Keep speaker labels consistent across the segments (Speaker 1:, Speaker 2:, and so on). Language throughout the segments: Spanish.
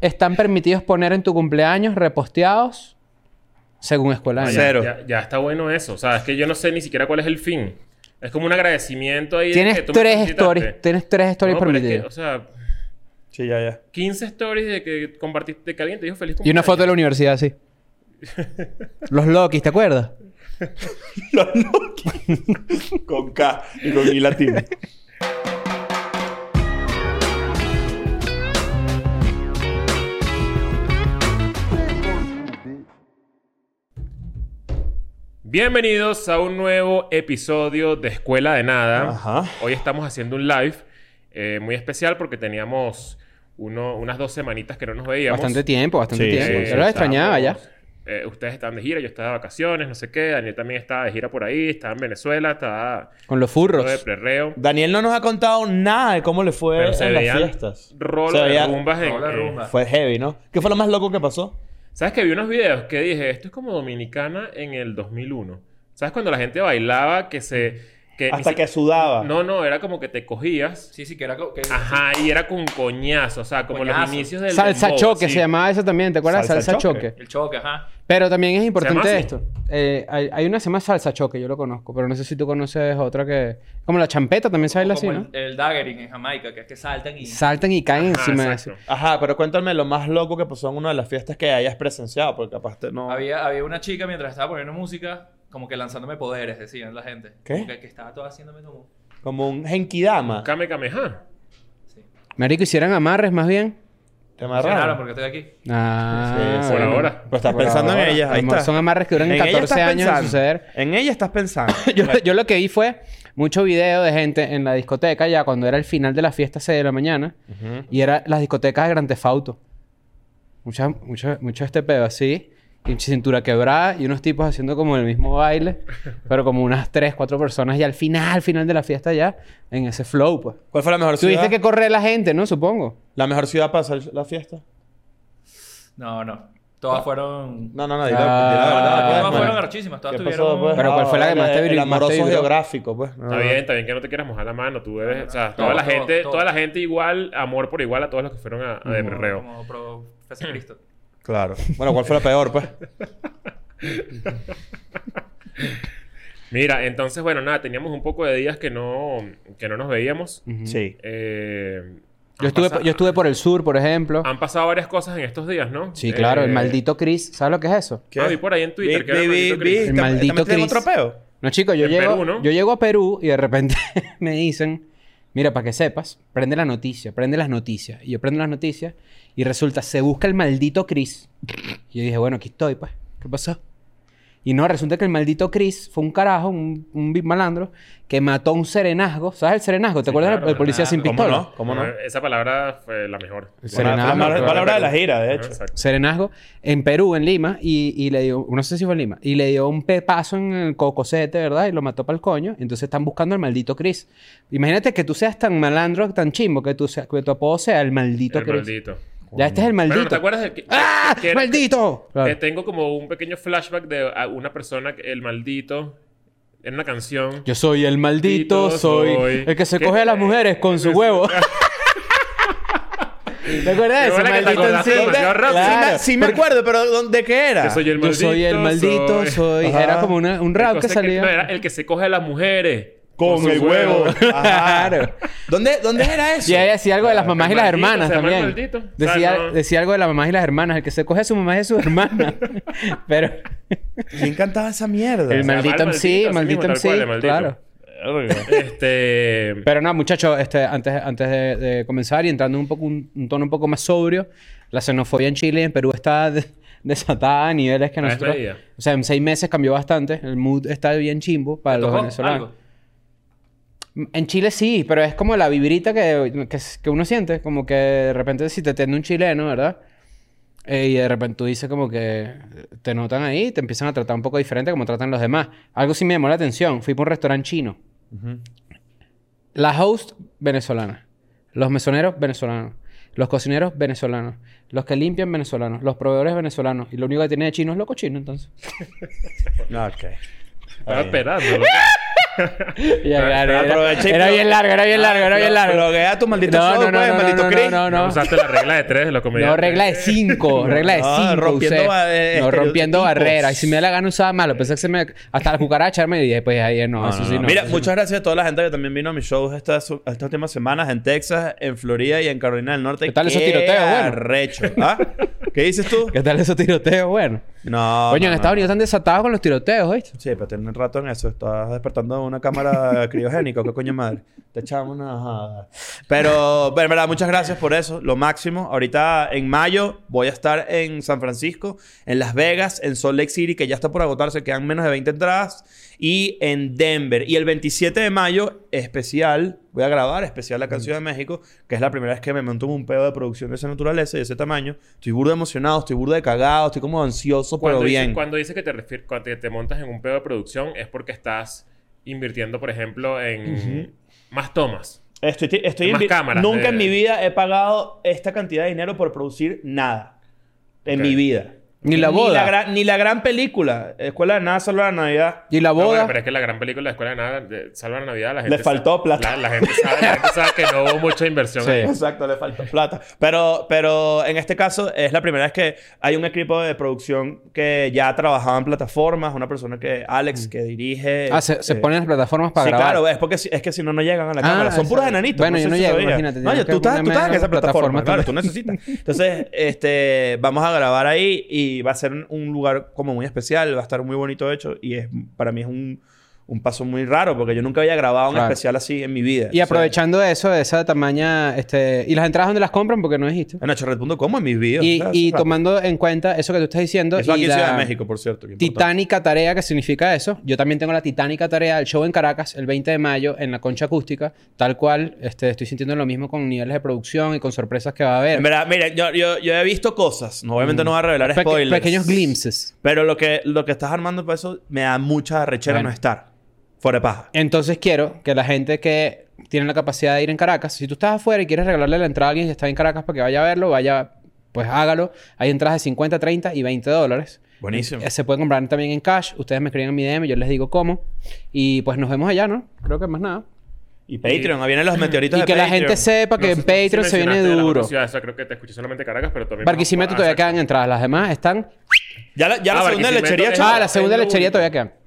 Speaker 1: están permitidos poner en tu cumpleaños reposteados según escuela de
Speaker 2: Ah, ya-
Speaker 1: año.
Speaker 3: Cero.
Speaker 2: Ya, ya está bueno eso. O sea, es que yo no sé ni siquiera cuál es el fin. Es como un agradecimiento ahí. de que
Speaker 1: Tienes
Speaker 2: tú me
Speaker 1: tres
Speaker 2: felicitaste.
Speaker 1: stories, tienes tres stories
Speaker 2: No, pero es que,
Speaker 1: permitidas.
Speaker 2: o sea,
Speaker 3: Sí, ya, ya.
Speaker 2: 15 stories de que compartiste, de que alguien te dijo feliz
Speaker 1: Y una foto de la universidad, sí. Los Lokis, ¿te acuerdas?
Speaker 3: Los Loki. con K y con I latino.
Speaker 2: Bienvenidos a un nuevo episodio de Escuela de Nada.
Speaker 3: Ajá.
Speaker 2: Hoy estamos haciendo un live eh, muy especial porque teníamos uno- unas dos semanitas que no nos veíamos. Eh,
Speaker 1: Bastante tiempo, bastante
Speaker 3: Sí,
Speaker 1: tiempo.
Speaker 3: sí,
Speaker 1: Yo
Speaker 3: sí,
Speaker 1: los extrañaba ya.
Speaker 2: estábamos, eh, ustedes estaban de gira, yo estaba de vacaciones, no sé qué. Daniel también estaba de gira por ahí, estaba en Venezuela, estaba
Speaker 1: Con los
Speaker 2: todo de
Speaker 1: furros.
Speaker 2: prerreo.
Speaker 3: Daniel no nos ha contado nada de cómo le fue
Speaker 2: Pero
Speaker 3: en
Speaker 2: se
Speaker 3: las
Speaker 2: veían
Speaker 3: fiestas.
Speaker 2: rolas
Speaker 3: Se
Speaker 2: de
Speaker 3: veía-
Speaker 2: rumbas en,
Speaker 4: rolas de
Speaker 2: en-
Speaker 4: rumba.
Speaker 3: Fue heavy, ¿no? ¿Qué fue lo más loco que pasó?
Speaker 2: ¿Sabes que vi unos videos que dije, esto es como dominicana en el 2001? ¿Sabes cuando la gente bailaba que se que
Speaker 3: Hasta
Speaker 2: ni
Speaker 3: que sudaba.
Speaker 2: si- Eh, No, no, era como que te cogías.
Speaker 4: Sí, sí, que era... co- Que,
Speaker 2: Ajá, y era con coñazo, o sea, como los
Speaker 4: Coñazo.
Speaker 2: inicios del
Speaker 1: Salsa
Speaker 2: dembow,
Speaker 1: choque
Speaker 2: así.
Speaker 1: se llamaba eso también, ¿te acuerdas?
Speaker 3: Salsa
Speaker 1: Salsa,
Speaker 3: choque.
Speaker 1: choque.
Speaker 4: El choque, ajá.
Speaker 1: Pero también es importante
Speaker 2: así?
Speaker 1: esto. Eh, hay, hay una que se llama salsa choque, yo lo conozco, pero no sé si tú conoces otra que. Como la champeta también se baila así,
Speaker 4: Como
Speaker 1: ¿no?
Speaker 4: el, el daggering en Jamaica, que es que saltan y...
Speaker 1: Saltan y
Speaker 3: Ah,
Speaker 1: caen
Speaker 2: Ajá,
Speaker 1: encima de
Speaker 2: exacto.
Speaker 1: eso.
Speaker 3: Ajá, pero cuéntame lo más loco que pasó en una de las fiestas que hayas presenciado, porque capaz te no.
Speaker 4: había, había una chica mientras estaba poniendo música, como que lanzándome poderes, decían la gente.
Speaker 3: ¿Qué?
Speaker 4: Como que, que estaba todo haciéndome como...
Speaker 3: Como un genkidama.
Speaker 2: Kame Kameha.
Speaker 4: Sí.
Speaker 1: Marico, hicieran amarres más bien.
Speaker 3: Te
Speaker 4: Funcionaron
Speaker 3: amarraron.
Speaker 4: porque estoy aquí.
Speaker 1: Ah,
Speaker 3: Sí, sí.
Speaker 2: Por
Speaker 1: bueno.
Speaker 2: ahora.
Speaker 3: Pero estás
Speaker 1: Por
Speaker 3: pensando en
Speaker 1: ahora.
Speaker 3: ella.
Speaker 1: A lo
Speaker 3: Ahí
Speaker 1: mejor
Speaker 3: está.
Speaker 1: Son amarres que duran
Speaker 3: En ella
Speaker 1: 14
Speaker 3: estás
Speaker 1: años de
Speaker 3: pensando.
Speaker 1: suceder.
Speaker 3: En ella estás pensando.
Speaker 1: Yo, yo lo que vi fue mucho video de gente en la discoteca ya cuando era el final de la fiesta 6 de la mañana y era las discotecas de Gran Tefauto. Mucha, mucho, mucho este pedo así. Y mucha cintura quebrada y unos tipos haciendo como el mismo baile, pero como unas 3, 4 personas ya al final, final de la fiesta ya, en ese flow, pues.
Speaker 3: ¿Cuál fue la mejor ciudad?
Speaker 1: Tuviste que correr la gente, ¿no? Supongo.
Speaker 3: La mejor ciudad para hacer la fiesta.
Speaker 4: No, no. Todas fueron...
Speaker 3: No, no, no. dile-
Speaker 1: Ah,
Speaker 3: dile la verdad,
Speaker 1: no,
Speaker 3: pues,
Speaker 4: todas
Speaker 1: bueno.
Speaker 4: fueron
Speaker 3: man.
Speaker 4: archísimas. Todas
Speaker 3: ¿Qué
Speaker 4: tuvieron...
Speaker 3: pasó, pues?
Speaker 1: Pero ¿cuál fue la que
Speaker 3: Ah,
Speaker 1: más te
Speaker 3: el- El
Speaker 1: vibró?
Speaker 3: amoroso
Speaker 1: Te vibró.
Speaker 3: geográfico, pues.
Speaker 2: Está bien, está bien que no te quieras mojar la mano. Tú debes... O sea, toda
Speaker 4: Todo,
Speaker 2: la
Speaker 4: todo,
Speaker 2: gente...
Speaker 4: todo.
Speaker 2: Toda la gente igual, amor por igual a todos los que fueron a, a de
Speaker 4: como-
Speaker 2: perreo.
Speaker 4: Como pro... Fece Cristo.
Speaker 3: Claro. Bueno, ¿cuál fue la peor, pues?
Speaker 2: Mira, entonces, bueno, nada. Teníamos un poco de días que no... Que no nos veíamos.
Speaker 3: Sí.
Speaker 2: Ah, Eh,
Speaker 1: Yo
Speaker 2: han
Speaker 1: estuve,
Speaker 2: pasa-
Speaker 1: yo estuve por el sur, por ejemplo.
Speaker 2: Han pasado varias cosas en estos días, ¿no?
Speaker 1: Sí, claro, el
Speaker 2: Eh,
Speaker 1: maldito Chris. ¿Sabes lo que es eso?
Speaker 2: Ah, vi por ahí en Twitter que era el maldito Chris.
Speaker 1: El maldito
Speaker 3: ¿También
Speaker 1: Chris.
Speaker 3: otro peo?
Speaker 1: No, chicos, yo
Speaker 2: En
Speaker 1: llego,
Speaker 2: Perú, ¿no?
Speaker 1: yo llego a Perú y de repente me dicen, mira, para que sepas, prende la noticia, prende las noticias. Y yo prendo las noticias y resulta, se busca el maldito Chris. Y yo dije, bueno, aquí estoy, pues, ¿qué pasó? Y no, resulta que el maldito Chris fue un carajo, un, un big malandro, que mató a un serenazgo. ¿Sabes el serenazgo? ¿Te acuerdas del
Speaker 2: claro,
Speaker 1: del policía sin
Speaker 3: ¿Cómo
Speaker 1: pistola?
Speaker 3: no? ¿Cómo no?
Speaker 2: Bueno, Ah, Esa palabra fue la mejor.
Speaker 1: El
Speaker 3: Bueno,
Speaker 1: serenazgo.
Speaker 3: la ma-
Speaker 1: claro.
Speaker 3: palabra de la gira, de hecho.
Speaker 2: Exacto.
Speaker 1: Serenazgo en Perú, en Lima, y, y le dio, no sé si fue en Lima, y le dio un pepazo en el cocosete, ¿verdad? Y lo mató para el coño. Entonces están buscando al maldito Chris. Imagínate que tú seas tan malandro, tan chimbo, que, tú sea- que tu apodo sea el maldito
Speaker 2: El
Speaker 1: Chris.
Speaker 2: maldito.
Speaker 1: Ya este es el
Speaker 2: Bueno, ¿no
Speaker 1: maldito.
Speaker 2: te acuerdas del que...
Speaker 1: ¡Ah!
Speaker 2: que- que-
Speaker 1: ¡Maldito!
Speaker 2: Eh, tengo como un pequeño flashback de a una persona, que- el maldito, en una canción.
Speaker 1: Yo soy el maldito,
Speaker 2: Maldito
Speaker 1: soy,
Speaker 2: soy.
Speaker 1: el que se
Speaker 2: ¿Qué?
Speaker 1: coge a las mujeres con su huevo. ¿Te acuerdas de
Speaker 2: Qué
Speaker 1: eso?
Speaker 2: buena que te
Speaker 1: Maldito
Speaker 2: acordaste
Speaker 1: encima.
Speaker 2: demasiado rápido.
Speaker 3: Sí,
Speaker 1: Claro,
Speaker 3: me- Ah, sí me acuerdo, pero ¿dónde- ¿de qué era?
Speaker 2: Yo soy el
Speaker 1: Yo
Speaker 2: maldito.
Speaker 1: soy el maldito, soy.
Speaker 3: Ajá.
Speaker 1: Era como una- un
Speaker 2: El
Speaker 1: rap que
Speaker 2: cosa no,
Speaker 1: salía.
Speaker 2: era el que se coge a las mujeres.
Speaker 3: Con
Speaker 2: su
Speaker 3: el huevo. Ajá.
Speaker 1: Claro.
Speaker 3: ¿Dónde, ¿Dónde era eso?
Speaker 1: Y ella decía algo de las mamás
Speaker 2: El
Speaker 1: y las
Speaker 2: maldito,
Speaker 1: hermanas
Speaker 2: se llama el
Speaker 1: también.
Speaker 2: maldito.
Speaker 1: Decía,
Speaker 2: O sea, no.
Speaker 1: decía algo de las mamás y las hermanas. El que se coge a su mamá y a su hermana. Pero
Speaker 3: ¿Quién cantaba esa mierda?
Speaker 1: el maldito
Speaker 2: el maldito,
Speaker 1: MC,
Speaker 2: así mismo,
Speaker 1: maldito
Speaker 2: tal cual, el
Speaker 1: MC,
Speaker 2: maldito.
Speaker 1: claro.
Speaker 2: Este.
Speaker 1: Pero no, muchachos, este, antes, antes de, de comenzar y entrando un poco un, un tono un poco más sobrio, la xenofobia en Chile y en Perú está de- desatada a niveles que
Speaker 2: Ah, es
Speaker 1: nosotros...
Speaker 2: medida.
Speaker 1: O sea, en seis meses cambió bastante. El mood está bien chimbo para los
Speaker 4: ¿Tocó
Speaker 1: venezolanos.
Speaker 4: algo?
Speaker 1: En Chile sí, pero es como la vibrita que, que, que uno siente. Como que de repente si te tiende un chileno, ¿verdad? Eh, y de repente tú dices como que te notan ahí y te empiezan a tratar un poco diferente como tratan los demás. Algo sí me llamó la atención. Fui por un restaurante chino. La host venezolana. Los mesoneros venezolanos. Los cocineros venezolanos. Los que limpian venezolanos. Los proveedores venezolanos. Y lo único que tiene de chino es loco chino, entonces.
Speaker 3: No, ok.
Speaker 2: Estaba
Speaker 3: Está bien.
Speaker 2: esperando.
Speaker 1: Ya, claro,
Speaker 2: pero
Speaker 1: era,
Speaker 3: aproveché,
Speaker 1: era
Speaker 3: pero-
Speaker 1: bien largo, era bien largo, era bien largo.
Speaker 3: Ah, Pero que tu maldito
Speaker 1: No,
Speaker 3: show,
Speaker 1: no, no,
Speaker 3: pues,
Speaker 1: no,
Speaker 3: maldito
Speaker 1: no, no,
Speaker 3: Chris.
Speaker 1: no, no.
Speaker 2: Usaste la regla de tres de los comediantes.
Speaker 1: No, regla de 5, regla de
Speaker 3: No,
Speaker 1: 5.
Speaker 3: rompiendo ba- eh,
Speaker 1: no, rompiendo
Speaker 3: estereotipos.
Speaker 1: barreras. Y si me da la gana usaba malo, pensé que se me. Hasta la cucaracha me dije, pues ahí no,
Speaker 3: No,
Speaker 1: eso
Speaker 3: no,
Speaker 1: sí
Speaker 3: no.
Speaker 1: no.
Speaker 3: Mira,
Speaker 1: eso sí
Speaker 3: muchas gracias a toda la gente que también vino a mis shows estas, su- estas últimas semanas en Texas, en Florida y en Carolina del Norte.
Speaker 1: ¿Qué tal esos tiroteos? Bueno.
Speaker 3: arrecho. ¿Ah? ¿Qué dices tú?
Speaker 1: no. ¿Qué tal esos tiroteos? Bueno.
Speaker 3: No.
Speaker 1: Coño,
Speaker 3: no,
Speaker 1: en
Speaker 3: no,
Speaker 1: Estados
Speaker 3: no.
Speaker 1: Unidos están desatados con los tiroteos, ¿oíste?
Speaker 3: Sí, pero tiene un rato en eso. Estás despertando una cámara criogénica. ¿o ¿Qué coño madre? Te echamos una jada. Pero, pero en verdad, muchas gracias por eso. Lo máximo. Ahorita en mayo voy a estar en San Francisco, en Las Vegas, en Salt Lake City, que ya está por agotarse. Quedan menos de 20 entradas. Y en Denver. Y el 27 de mayo, especial. Voy a grabar especial acá en Ciudad de México, que es la primera vez que me monto en un pedo de producción de esa naturaleza y de ese tamaño. Estoy burda emocionado, estoy burda de cagado, estoy como ansioso, pero
Speaker 2: Cuando dice,
Speaker 3: bien.
Speaker 2: Cuando dice que te, refier- cuando te, te montas en un pedo de producción es porque estás invirtiendo, por ejemplo, en más tomas.
Speaker 3: Estoy, estoy- estoy
Speaker 2: Más
Speaker 3: invi-
Speaker 2: cámaras,
Speaker 3: Nunca
Speaker 2: eh.
Speaker 3: en mi vida he pagado esta cantidad de dinero por producir nada. En
Speaker 2: Ok.
Speaker 3: mi vida.
Speaker 1: Ni la
Speaker 3: Ni
Speaker 1: boda.
Speaker 3: la, gran, ni la gran película. Escuela de nada, solo la Navidad.
Speaker 1: Y la
Speaker 2: Ah, bueno,
Speaker 1: boda.
Speaker 2: pero es que la gran película de Escuela de Nada, de Salva la Navidad, la gente
Speaker 3: Le faltó
Speaker 2: sabe-
Speaker 3: plata.
Speaker 2: La, la gente sabe, la gente sabe que no hubo mucha inversión.
Speaker 1: Sí.
Speaker 2: ahí.
Speaker 3: Exacto, le falta plata. Pero, pero en este caso es la primera vez que hay un equipo de producción que ya ha trabajado en plataformas. Una persona que, Alex, que dirige.
Speaker 1: ah, se, se
Speaker 3: eh,
Speaker 1: ponen las plataformas para
Speaker 3: sí,
Speaker 1: grabar.
Speaker 3: claro, es porque si- es que si no, no llegan a la
Speaker 1: Ah,
Speaker 3: cámara. Son
Speaker 1: exacto.
Speaker 3: puros enanitos.
Speaker 1: Bueno,
Speaker 3: sé
Speaker 1: yo no
Speaker 3: si
Speaker 1: llego,
Speaker 3: sabías.
Speaker 1: imagínate,
Speaker 3: No,
Speaker 1: tienes
Speaker 3: yo-
Speaker 1: que
Speaker 3: tú, estás, tú
Speaker 1: ponerme
Speaker 3: estás en
Speaker 1: en
Speaker 3: esa
Speaker 1: una
Speaker 3: plataforma,
Speaker 1: plataforma
Speaker 3: claro, tú
Speaker 1: también.
Speaker 3: necesitas. Entonces, este, vamos a grabar ahí y va a ser un, un lugar como muy especial, va a estar muy bonito hecho y es para mí es un, un paso muy raro porque yo nunca había grabado un
Speaker 1: Claro.
Speaker 3: especial así en mi vida.
Speaker 1: Y
Speaker 3: O sea,
Speaker 1: aprovechando eso, de esa tamaña, este... ¿Y las entradas dónde las compran? Porque no dijiste.
Speaker 3: en nachorred.com en mis videos.
Speaker 1: Y,
Speaker 3: ¿sabes?
Speaker 1: y
Speaker 3: Eso es rápido.
Speaker 1: tomando en cuenta eso que tú estás diciendo
Speaker 3: Eso aquí
Speaker 1: y
Speaker 3: en Ciudad
Speaker 1: la
Speaker 3: de México, por cierto. que importante.
Speaker 1: titánica tarea que significa eso. Yo también tengo la titánica tarea del show en Caracas el 20 de mayo en la concha acústica. Tal cual, este, estoy sintiendo lo mismo con niveles de producción y con sorpresas que va a haber.
Speaker 3: En verdad, mira, yo, yo, yo he visto cosas. No, obviamente no voy a revelar
Speaker 1: Mm. Peque-
Speaker 3: spoilers.
Speaker 1: pequeños glimpses.
Speaker 3: Pero lo que, lo que estás armando para eso me da mucha rechera
Speaker 1: Bueno.
Speaker 3: no estar. Fuera de paja.
Speaker 1: Entonces quiero que la gente que tiene la capacidad de ir en Caracas, si tú estás afuera y quieres regalarle la entrada a alguien que está en Caracas para que vaya a verlo, vaya, pues hágalo. Hay entradas de 50, 30 y 20 dólares.
Speaker 3: Buenísimo.
Speaker 1: Eh, Se pueden comprar también en cash. Ustedes me escriben en mi DM, yo les digo cómo. Y pues nos vemos allá, ¿no? Creo que más nada.
Speaker 3: Y Patreon, ahí vienen los meteoritos
Speaker 1: Y
Speaker 3: de
Speaker 1: que la
Speaker 3: Patreon.
Speaker 1: gente sepa que
Speaker 2: No
Speaker 1: en
Speaker 2: sé- no sé si
Speaker 1: Patreon se viene
Speaker 2: mencionaste de las
Speaker 1: duro.
Speaker 2: otras ciudades, o sea, creo que te escuché solamente Caracas, pero también...
Speaker 1: Barquisimeto todavía quedan entradas. Las demás están...
Speaker 3: Ya la, ya la segunda
Speaker 2: Ah, Barquisimeto
Speaker 3: lechería,
Speaker 2: es-
Speaker 3: chaval.
Speaker 1: Ah, la segunda
Speaker 2: es lo
Speaker 1: lechería
Speaker 2: único.
Speaker 1: todavía quedan.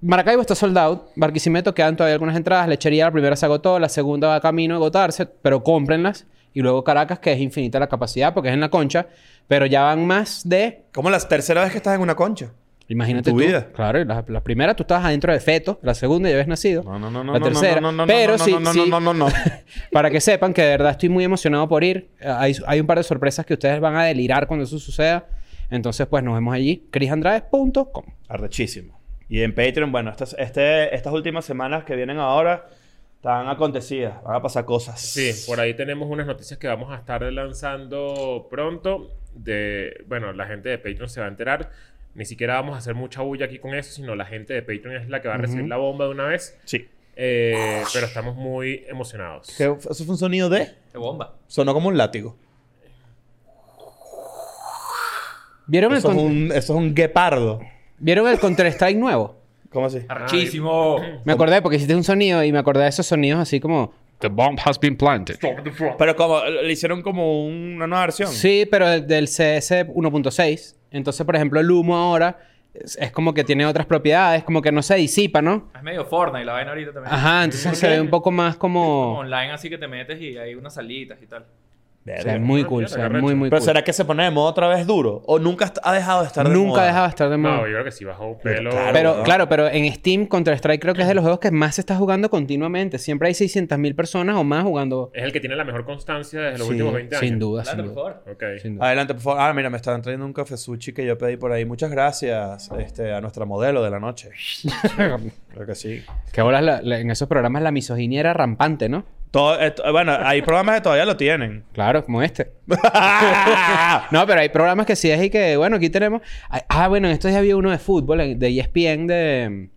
Speaker 1: Maracaibo está sold out. Barquisimeto quedan todavía algunas entradas. Lechería, la primera se agotó. La segunda va camino a agotarse. Pero cómprenlas. Y luego Caracas, que es infinita la capacidad porque es en la concha. Pero ya van más de...
Speaker 3: Como la tercera vez que estás en una concha.
Speaker 1: Imagínate
Speaker 3: En tu
Speaker 1: tú.
Speaker 3: vida.
Speaker 1: Claro. y La, la primera tú estabas adentro de feto. La segunda ya habías nacido. La tercera. pero sí, sí. Para que sepan que de verdad estoy muy emocionado por ir. Eh, Hay, hay un par de sorpresas que ustedes van a delirar cuando eso suceda. Entonces, pues nos vemos allí. chrisandrades.com.
Speaker 3: Arrechísimo. Y en Patreon, bueno, estas, este, estas últimas semanas que vienen ahora están acontecidas. Van a pasar cosas.
Speaker 2: Sí, por ahí tenemos unas noticias que vamos a estar lanzando pronto. De, bueno, la gente de Patreon se va a enterar. Ni siquiera vamos a hacer mucha bulla aquí con eso, sino la gente de Patreon es la que va a recibir la bomba de una vez.
Speaker 3: Sí.
Speaker 2: Eh, pero estamos muy emocionados.
Speaker 3: ¿Qué- ¿Eso fue un sonido de?
Speaker 4: Qué bomba.
Speaker 3: Sonó como un látigo.
Speaker 1: ¿Vieron el,
Speaker 3: Eso es
Speaker 1: con-
Speaker 3: un, eso es un guepardo.
Speaker 1: ¿Vieron el Counter-Strike nuevo?
Speaker 3: ¿Cómo así?
Speaker 4: Archísimo.
Speaker 1: Me acordé porque hiciste un sonido y me acordé de esos sonidos así como...
Speaker 5: The bomb has been planted.
Speaker 3: Pero como, le hicieron como una nueva versión.
Speaker 1: Sí, pero del, del CS 1.6. Entonces, por ejemplo, el humo ahora es, es como que tiene otras propiedades. Como que no se disipa, ¿no?
Speaker 4: Es medio Fortnite la vaina ahorita también.
Speaker 1: Ajá, entonces se ve un poco más como...
Speaker 4: Online así que te metes y hay unas salitas y tal.
Speaker 1: O
Speaker 3: Verga.
Speaker 1: sea, es muy cool. se ve muy, muy
Speaker 3: Pero
Speaker 1: cool.
Speaker 3: ¿será que se pone de moda otra vez duro? ¿O nunca ha dejado de estar de moda?
Speaker 1: Nunca ha dejado de estar de moda.
Speaker 2: No, yo creo que sí bajó un pelo.
Speaker 3: Claro,
Speaker 1: Pero,
Speaker 3: weón.
Speaker 1: claro, pero en Steam, Counter-Strike creo que es de los juegos que más se está jugando continuamente. Siempre hay 600.000 personas o más jugando.
Speaker 2: Es el que tiene la mejor constancia desde los
Speaker 1: Sí,
Speaker 2: últimos 20 años.
Speaker 1: Sin duda,
Speaker 4: Claro,
Speaker 1: sin duda.
Speaker 4: mejor.
Speaker 2: Ok.
Speaker 1: Sin duda.
Speaker 3: Adelante, por favor. Ah, mira, me están trayendo un café sushi que yo pedí por ahí. Muchas gracias este, a nuestra modelo de la noche. Creo que sí.
Speaker 1: que ahora la- la- en esos programas la misoginia era rampante, ¿no?
Speaker 3: Todo, esto- bueno, hay programas que todavía lo tienen.
Speaker 1: Claro, como este. no, pero hay programas que sí es y que, bueno, aquí tenemos. Ah, Ah, bueno, en estos días había uno de fútbol, en- de E ESPN, de,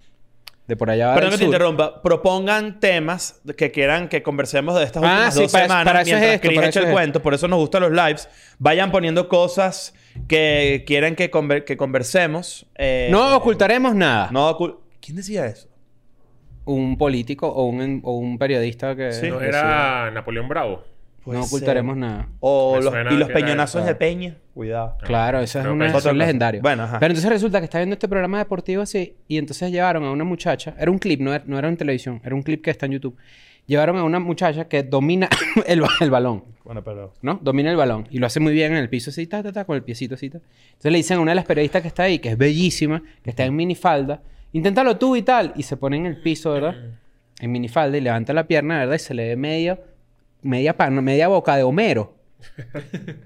Speaker 1: de por allá.
Speaker 3: Perdón que
Speaker 1: del
Speaker 3: te
Speaker 1: sur.
Speaker 3: interrumpa. Propongan temas que quieran que conversemos de estas
Speaker 1: Ah,
Speaker 3: últimas
Speaker 1: sí,
Speaker 3: dos
Speaker 1: para-
Speaker 3: semanas
Speaker 1: para eso es
Speaker 3: mientras
Speaker 1: esto,
Speaker 3: Chris
Speaker 1: para
Speaker 3: echa
Speaker 1: eso
Speaker 3: el
Speaker 1: es esto.
Speaker 3: cuento. Por eso nos gustan los lives. Vayan poniendo cosas que quieran que, conver- que conversemos. eh,
Speaker 1: No ocultaremos nada.
Speaker 3: No ocul- ¿Quién decía eso?
Speaker 1: un político o un, o un periodista que
Speaker 3: Sí.
Speaker 2: No era Napoleón Bravo.
Speaker 3: Puede
Speaker 1: no
Speaker 3: ser.
Speaker 1: ocultaremos nada.
Speaker 3: O
Speaker 2: Me
Speaker 3: los,
Speaker 2: suena
Speaker 3: y los
Speaker 2: que era
Speaker 3: peñonazos
Speaker 2: esa.
Speaker 3: de Peña. Cuidado.
Speaker 1: Claro, eso es
Speaker 2: Creo que
Speaker 1: una,
Speaker 2: es
Speaker 1: eso es
Speaker 3: otra cosa.
Speaker 1: legendario.
Speaker 3: Bueno, ajá.
Speaker 1: Pero entonces resulta que está viendo este programa deportivo así y entonces llevaron a una muchacha, era un clip, no era, no era en televisión, era un clip que está en YouTube. Llevaron a una muchacha que domina el, ba- el balón,
Speaker 3: Bueno, pero...
Speaker 1: ¿no? Domina el balón y lo hace muy bien en el piso así, ta, ta, ta, con el piecito así. ta. Entonces le dicen a una de las periodistas que está ahí, que es bellísima, que está en minifalda, inténtalo tú y tal. Y se pone en el piso, ¿verdad? En minifalda y levanta la pierna, ¿verdad? Y se le ve medio, media, pan- media boca de Homero.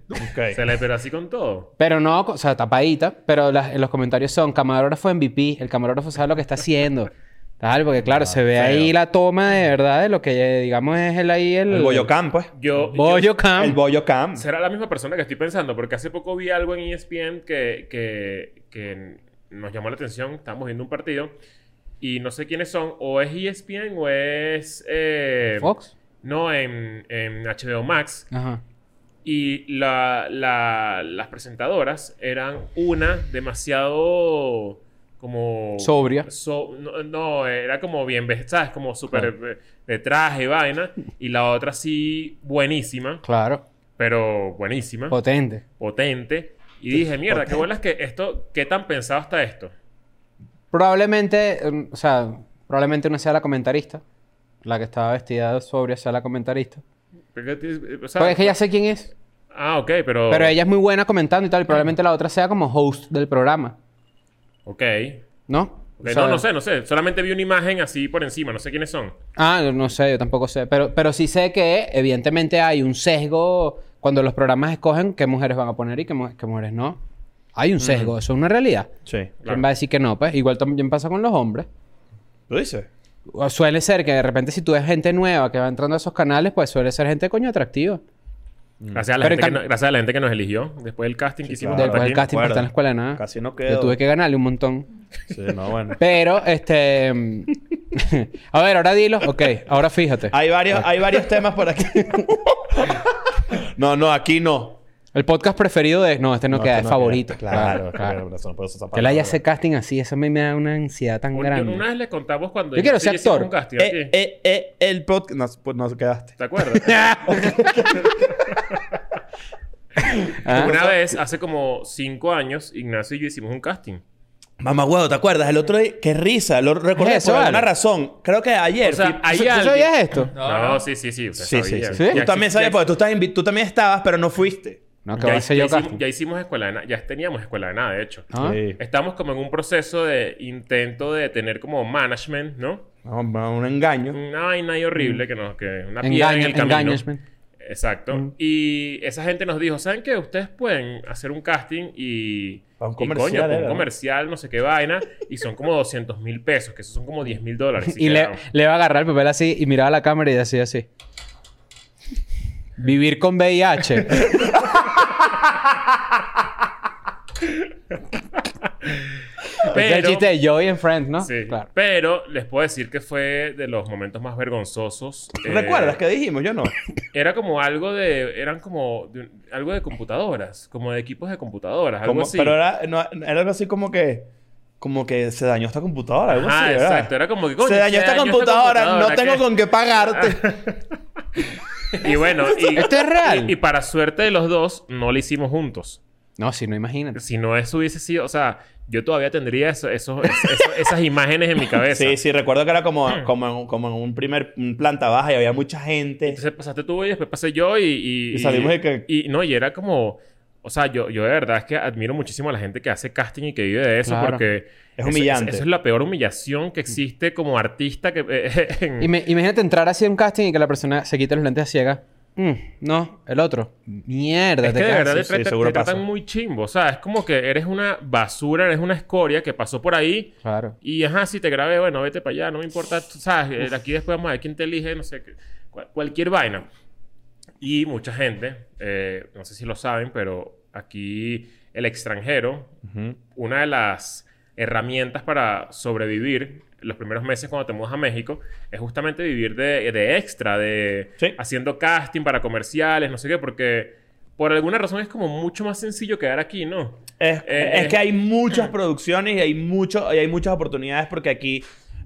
Speaker 3: Ok.
Speaker 2: Se le pero así con todo.
Speaker 1: Pero no, o sea, tapadita, pero las- los comentarios son camarógrafo MVP, el camarógrafo sabe lo que está haciendo. Tal, porque
Speaker 2: Ah,
Speaker 1: claro, se ve ahí la toma de verdad de lo que eh, digamos es el ahí el...
Speaker 3: El Boyocam, pues.
Speaker 2: Yo, yo-
Speaker 1: Boyocam.
Speaker 3: El Boyocam.
Speaker 2: será la misma persona que estoy pensando, porque hace poco vi algo en E ESPN que, que, que nos llamó la atención. Estábamos viendo un partido y no sé quiénes son. O es E ESPN o es. eh,
Speaker 1: Fox.
Speaker 2: No, en, en HBO Max.
Speaker 1: Ajá.
Speaker 2: Y la- la- las presentadoras eran una demasiado como...
Speaker 1: Sobria.
Speaker 2: so- no, no, era como bien vestida, ¿sabes? Como súper eh, de traje, vaina. Y la otra sí buenísima,
Speaker 1: Claro.
Speaker 2: pero buenísima,
Speaker 1: Potente.
Speaker 2: potente. Y dije, mierda, qué buena es que esto, qué tan pensado está esto.
Speaker 1: Probablemente, eh, o sea, probablemente no sea la comentarista. La que estaba vestida de sobria sea la comentarista.
Speaker 2: Porque, eh, o sea,
Speaker 1: Porque es que ya sé quién es.
Speaker 2: Ah, ok, pero...
Speaker 1: Pero ella es muy buena comentando y tal. Y probablemente la otra sea como host del programa.
Speaker 2: Ok.
Speaker 1: ¿No?
Speaker 2: Ok,
Speaker 1: O sea,
Speaker 2: No, no sé, no sé. Solamente vi una imagen así por encima. No sé quiénes son.
Speaker 1: Ah, no sé, yo tampoco sé. Pero, pero sí sé que evidentemente hay un sesgo cuando los programas escogen qué mujeres van a poner y qué, mu- qué mujeres no. Hay un sesgo, eso es una realidad.
Speaker 3: Sí.
Speaker 1: ¿Quién va a decir que no? Pues igual también pasa con los hombres.
Speaker 3: ¿Lo dices?
Speaker 1: O suele ser que de repente si tú ves gente nueva que va entrando a esos canales, pues suele ser gente coño atractiva.
Speaker 2: Gracias a, la
Speaker 1: Mm. Pero
Speaker 2: gente
Speaker 1: en
Speaker 2: que
Speaker 1: cam-
Speaker 2: no- gracias a la gente que nos eligió después del casting que hicimos.
Speaker 3: claro.
Speaker 1: Después
Speaker 2: para
Speaker 1: del
Speaker 2: Taquín.
Speaker 1: casting para estar en la escuela de nada.
Speaker 3: Casi no
Speaker 1: Yo
Speaker 3: quedó.
Speaker 1: tuve que ganarle un montón.
Speaker 3: Sí, no, bueno.
Speaker 1: Pero, este... mm, a ver, ahora dilo. Ok, ahora fíjate.
Speaker 3: Hay varios, hay varios temas por aquí. no, no, aquí no.
Speaker 1: El podcast preferido de... No, este no,
Speaker 3: No,
Speaker 1: queda,
Speaker 3: este
Speaker 1: es
Speaker 3: no
Speaker 1: favorito. Ah,
Speaker 3: queda. Claro, claro. pero eso no puedo usar
Speaker 1: Que él haya ese
Speaker 3: palabra.
Speaker 1: casting así, eso a mí me da una ansiedad tan
Speaker 2: Un-
Speaker 1: grande.
Speaker 2: Una vez le contamos cuando
Speaker 1: Yo quiero
Speaker 2: sí
Speaker 1: ser
Speaker 2: hicimos
Speaker 1: actor. eh.
Speaker 2: un casting aquí.
Speaker 3: Eh, eh, eh, el podcast. No, pues no quedaste.
Speaker 2: ¿Te acuerdas?
Speaker 1: Ah.
Speaker 2: Una vez, hace como cinco años, Ignacio y yo hicimos un casting.
Speaker 3: Mamá huevo, ¿te acuerdas? El otro día, qué risa. Lo recordé
Speaker 1: Eso,
Speaker 3: por
Speaker 1: vale.
Speaker 3: alguna razón. Creo que ayer.
Speaker 2: O sea,
Speaker 3: fui-
Speaker 2: hay
Speaker 1: ¿Tú, tú
Speaker 2: alguien-
Speaker 1: sabías esto?
Speaker 4: No,
Speaker 2: No,
Speaker 4: no.
Speaker 2: sí, sí, sí. usted
Speaker 3: Sí, sí,
Speaker 2: sabía.
Speaker 3: sí.
Speaker 1: ¿Sí?
Speaker 2: Ya
Speaker 3: Tú también
Speaker 2: exi-
Speaker 3: sabes,
Speaker 2: ya-
Speaker 3: porque tú, estás invi- tú también estabas, pero no fuiste.
Speaker 1: No, que
Speaker 2: Ya,
Speaker 1: va a ser yo
Speaker 2: ya
Speaker 1: casting.
Speaker 2: hicimos, ya hicimos escuela de nada. Ya teníamos escuela de nada, de hecho.
Speaker 1: Ah.
Speaker 3: Sí.
Speaker 2: Estamos como en un proceso de intento de tener como management, ¿no?
Speaker 3: No, no, un engaño.
Speaker 2: Una vaina ahí
Speaker 1: Mm.
Speaker 2: horrible que nos... Que una piedra en
Speaker 1: Engaño,
Speaker 2: el camino.
Speaker 1: engaños, man.
Speaker 2: Exacto.
Speaker 1: Mm.
Speaker 2: Y esa gente nos dijo, ¿saben qué? Ustedes pueden hacer un casting y...
Speaker 3: Para un
Speaker 2: y coño,
Speaker 3: comercial,
Speaker 2: para
Speaker 3: era,
Speaker 2: un
Speaker 3: ¿no?
Speaker 2: comercial, no sé qué vaina. Y son como 200 mil pesos, que eso son como 10 mil dólares. si
Speaker 1: Y le,
Speaker 2: queramos.
Speaker 1: le va a agarrar el papel así y miraba la cámara y decía así. Vivir con VIH. Es el
Speaker 2: Pero,
Speaker 1: chiste de Joey en Friends, ¿no?
Speaker 2: sí,
Speaker 1: Claro.
Speaker 2: pero les puedo decir que fue de los momentos más vergonzosos. Eh,
Speaker 3: ¿Recuerdas que dijimos? Yo no.
Speaker 2: Era como algo de... Eran como... de un- algo de computadoras. Como de equipos de computadoras. Algo
Speaker 3: Como-
Speaker 2: así.
Speaker 3: Pero era, no, era algo así como que... Como que se dañó esta computadora. Algo
Speaker 2: Ah,
Speaker 3: así, ¿verdad?
Speaker 2: exacto. Era como que... coño, este
Speaker 3: se dañó esta computadora, no tengo
Speaker 2: ¿qué?
Speaker 3: con qué pagarte.
Speaker 2: Ah, Y bueno...
Speaker 3: Este
Speaker 2: Y,
Speaker 1: ¿Esto es real?
Speaker 2: Y, y para suerte de los dos, no lo hicimos juntos.
Speaker 1: No, si no, imagínate.
Speaker 2: Si no eso hubiese sido... O sea, yo todavía tendría eso- eso- eso- esas imágenes en mi cabeza.
Speaker 3: Sí, sí, recuerdo que era como, como, en, un- como en un primer un planta baja y había mucha gente.
Speaker 2: Entonces pasaste tú y después pasé yo y... Y,
Speaker 3: Y salimos de que-
Speaker 2: Y no, y era como... O sea, yo, yo de verdad es que admiro muchísimo a la gente que hace casting y que vive de eso
Speaker 1: Claro.
Speaker 2: porque... eso-
Speaker 3: humillante.
Speaker 2: Eso, es la peor humillación que existe como artista que... eh, en-
Speaker 1: Ime- imagínate entrar así a un casting y que la persona se quite los lentes a ciegas. Mm, no, el otro. Mierda,
Speaker 2: Es
Speaker 1: te
Speaker 2: que de
Speaker 1: cagas.
Speaker 2: verdad te,
Speaker 3: sí,
Speaker 2: trata-
Speaker 3: seguro
Speaker 2: te tratan
Speaker 3: pasa.
Speaker 2: muy chimbo. O sea, es como que eres una basura, eres una escoria que pasó por ahí
Speaker 1: Claro.
Speaker 2: Y ajá, si te grabé, bueno, vete para allá, no me importa, tú sabes, eh, aquí después vamos a ver quién te elige, no sé, qué, cual- cualquier vaina. Y mucha gente, eh, no sé si lo saben, pero aquí el extranjero, una de las herramientas para sobrevivir los primeros meses cuando te mudas a México es justamente vivir de, de extra, de
Speaker 3: Sí.
Speaker 2: haciendo casting para comerciales, no sé qué, porque por alguna razón es como mucho más sencillo quedar aquí, ¿no?
Speaker 3: Es,
Speaker 2: Eh,
Speaker 3: es
Speaker 2: eh.
Speaker 3: que hay muchas producciones y hay, mucho, y hay muchas oportunidades porque aquí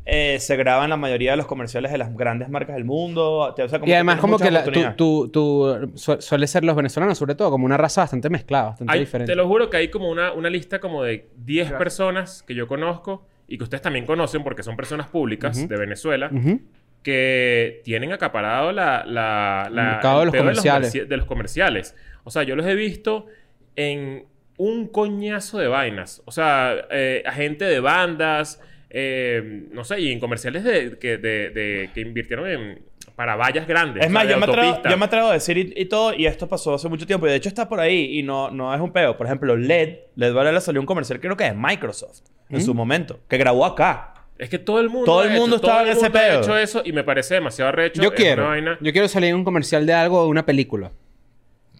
Speaker 3: eh, se graban la mayoría de los comerciales de las grandes marcas del mundo. te- o sea, como
Speaker 1: Y además
Speaker 3: tienes
Speaker 1: como
Speaker 3: muchas
Speaker 1: que la-
Speaker 3: oportunidades.
Speaker 1: tú, tú- tú su- suele ser los venezolanos, sobre todo, como una raza bastante mezclada, bastante
Speaker 2: Hay-
Speaker 1: diferente.
Speaker 2: Te lo juro que hay como una, una lista como de 10 personas que yo conozco y que ustedes también conocen porque son personas públicas de Venezuela
Speaker 1: Ujú.
Speaker 2: que tienen acaparado la, la- la-
Speaker 1: El mercado de los
Speaker 2: pedo
Speaker 1: comerciales.
Speaker 2: merci- de los comerciales. O sea, yo los he visto en un coñazo de vainas. O sea, eh, a gente de bandas, eh, no sé, y en comerciales de, que, de- de- que invirtieron en, para vallas grandes.
Speaker 3: Es
Speaker 2: o sea,
Speaker 3: más,
Speaker 2: de
Speaker 3: yo me, atrevo,
Speaker 2: autopista.
Speaker 3: yo me atrevo a decir y, y todo, y esto pasó hace mucho tiempo, y de hecho está por ahí, y no, no es un peo. Por ejemplo, LED, LED Varela salió un comercial, creo que de Microsoft,
Speaker 1: ¿Mm?
Speaker 3: en su momento, que grabó acá.
Speaker 2: Es que todo el mundo.
Speaker 3: Todo
Speaker 2: ha
Speaker 3: el
Speaker 2: hecho-
Speaker 3: mundo
Speaker 2: todo
Speaker 3: estaba
Speaker 2: el
Speaker 3: en ese
Speaker 2: mundo ha
Speaker 3: pedo.
Speaker 2: hecho eso y me parece demasiado recho.
Speaker 1: Yo
Speaker 2: es
Speaker 1: quiero.
Speaker 2: una vaina-
Speaker 1: Yo quiero salir en un comercial de algo o de una película.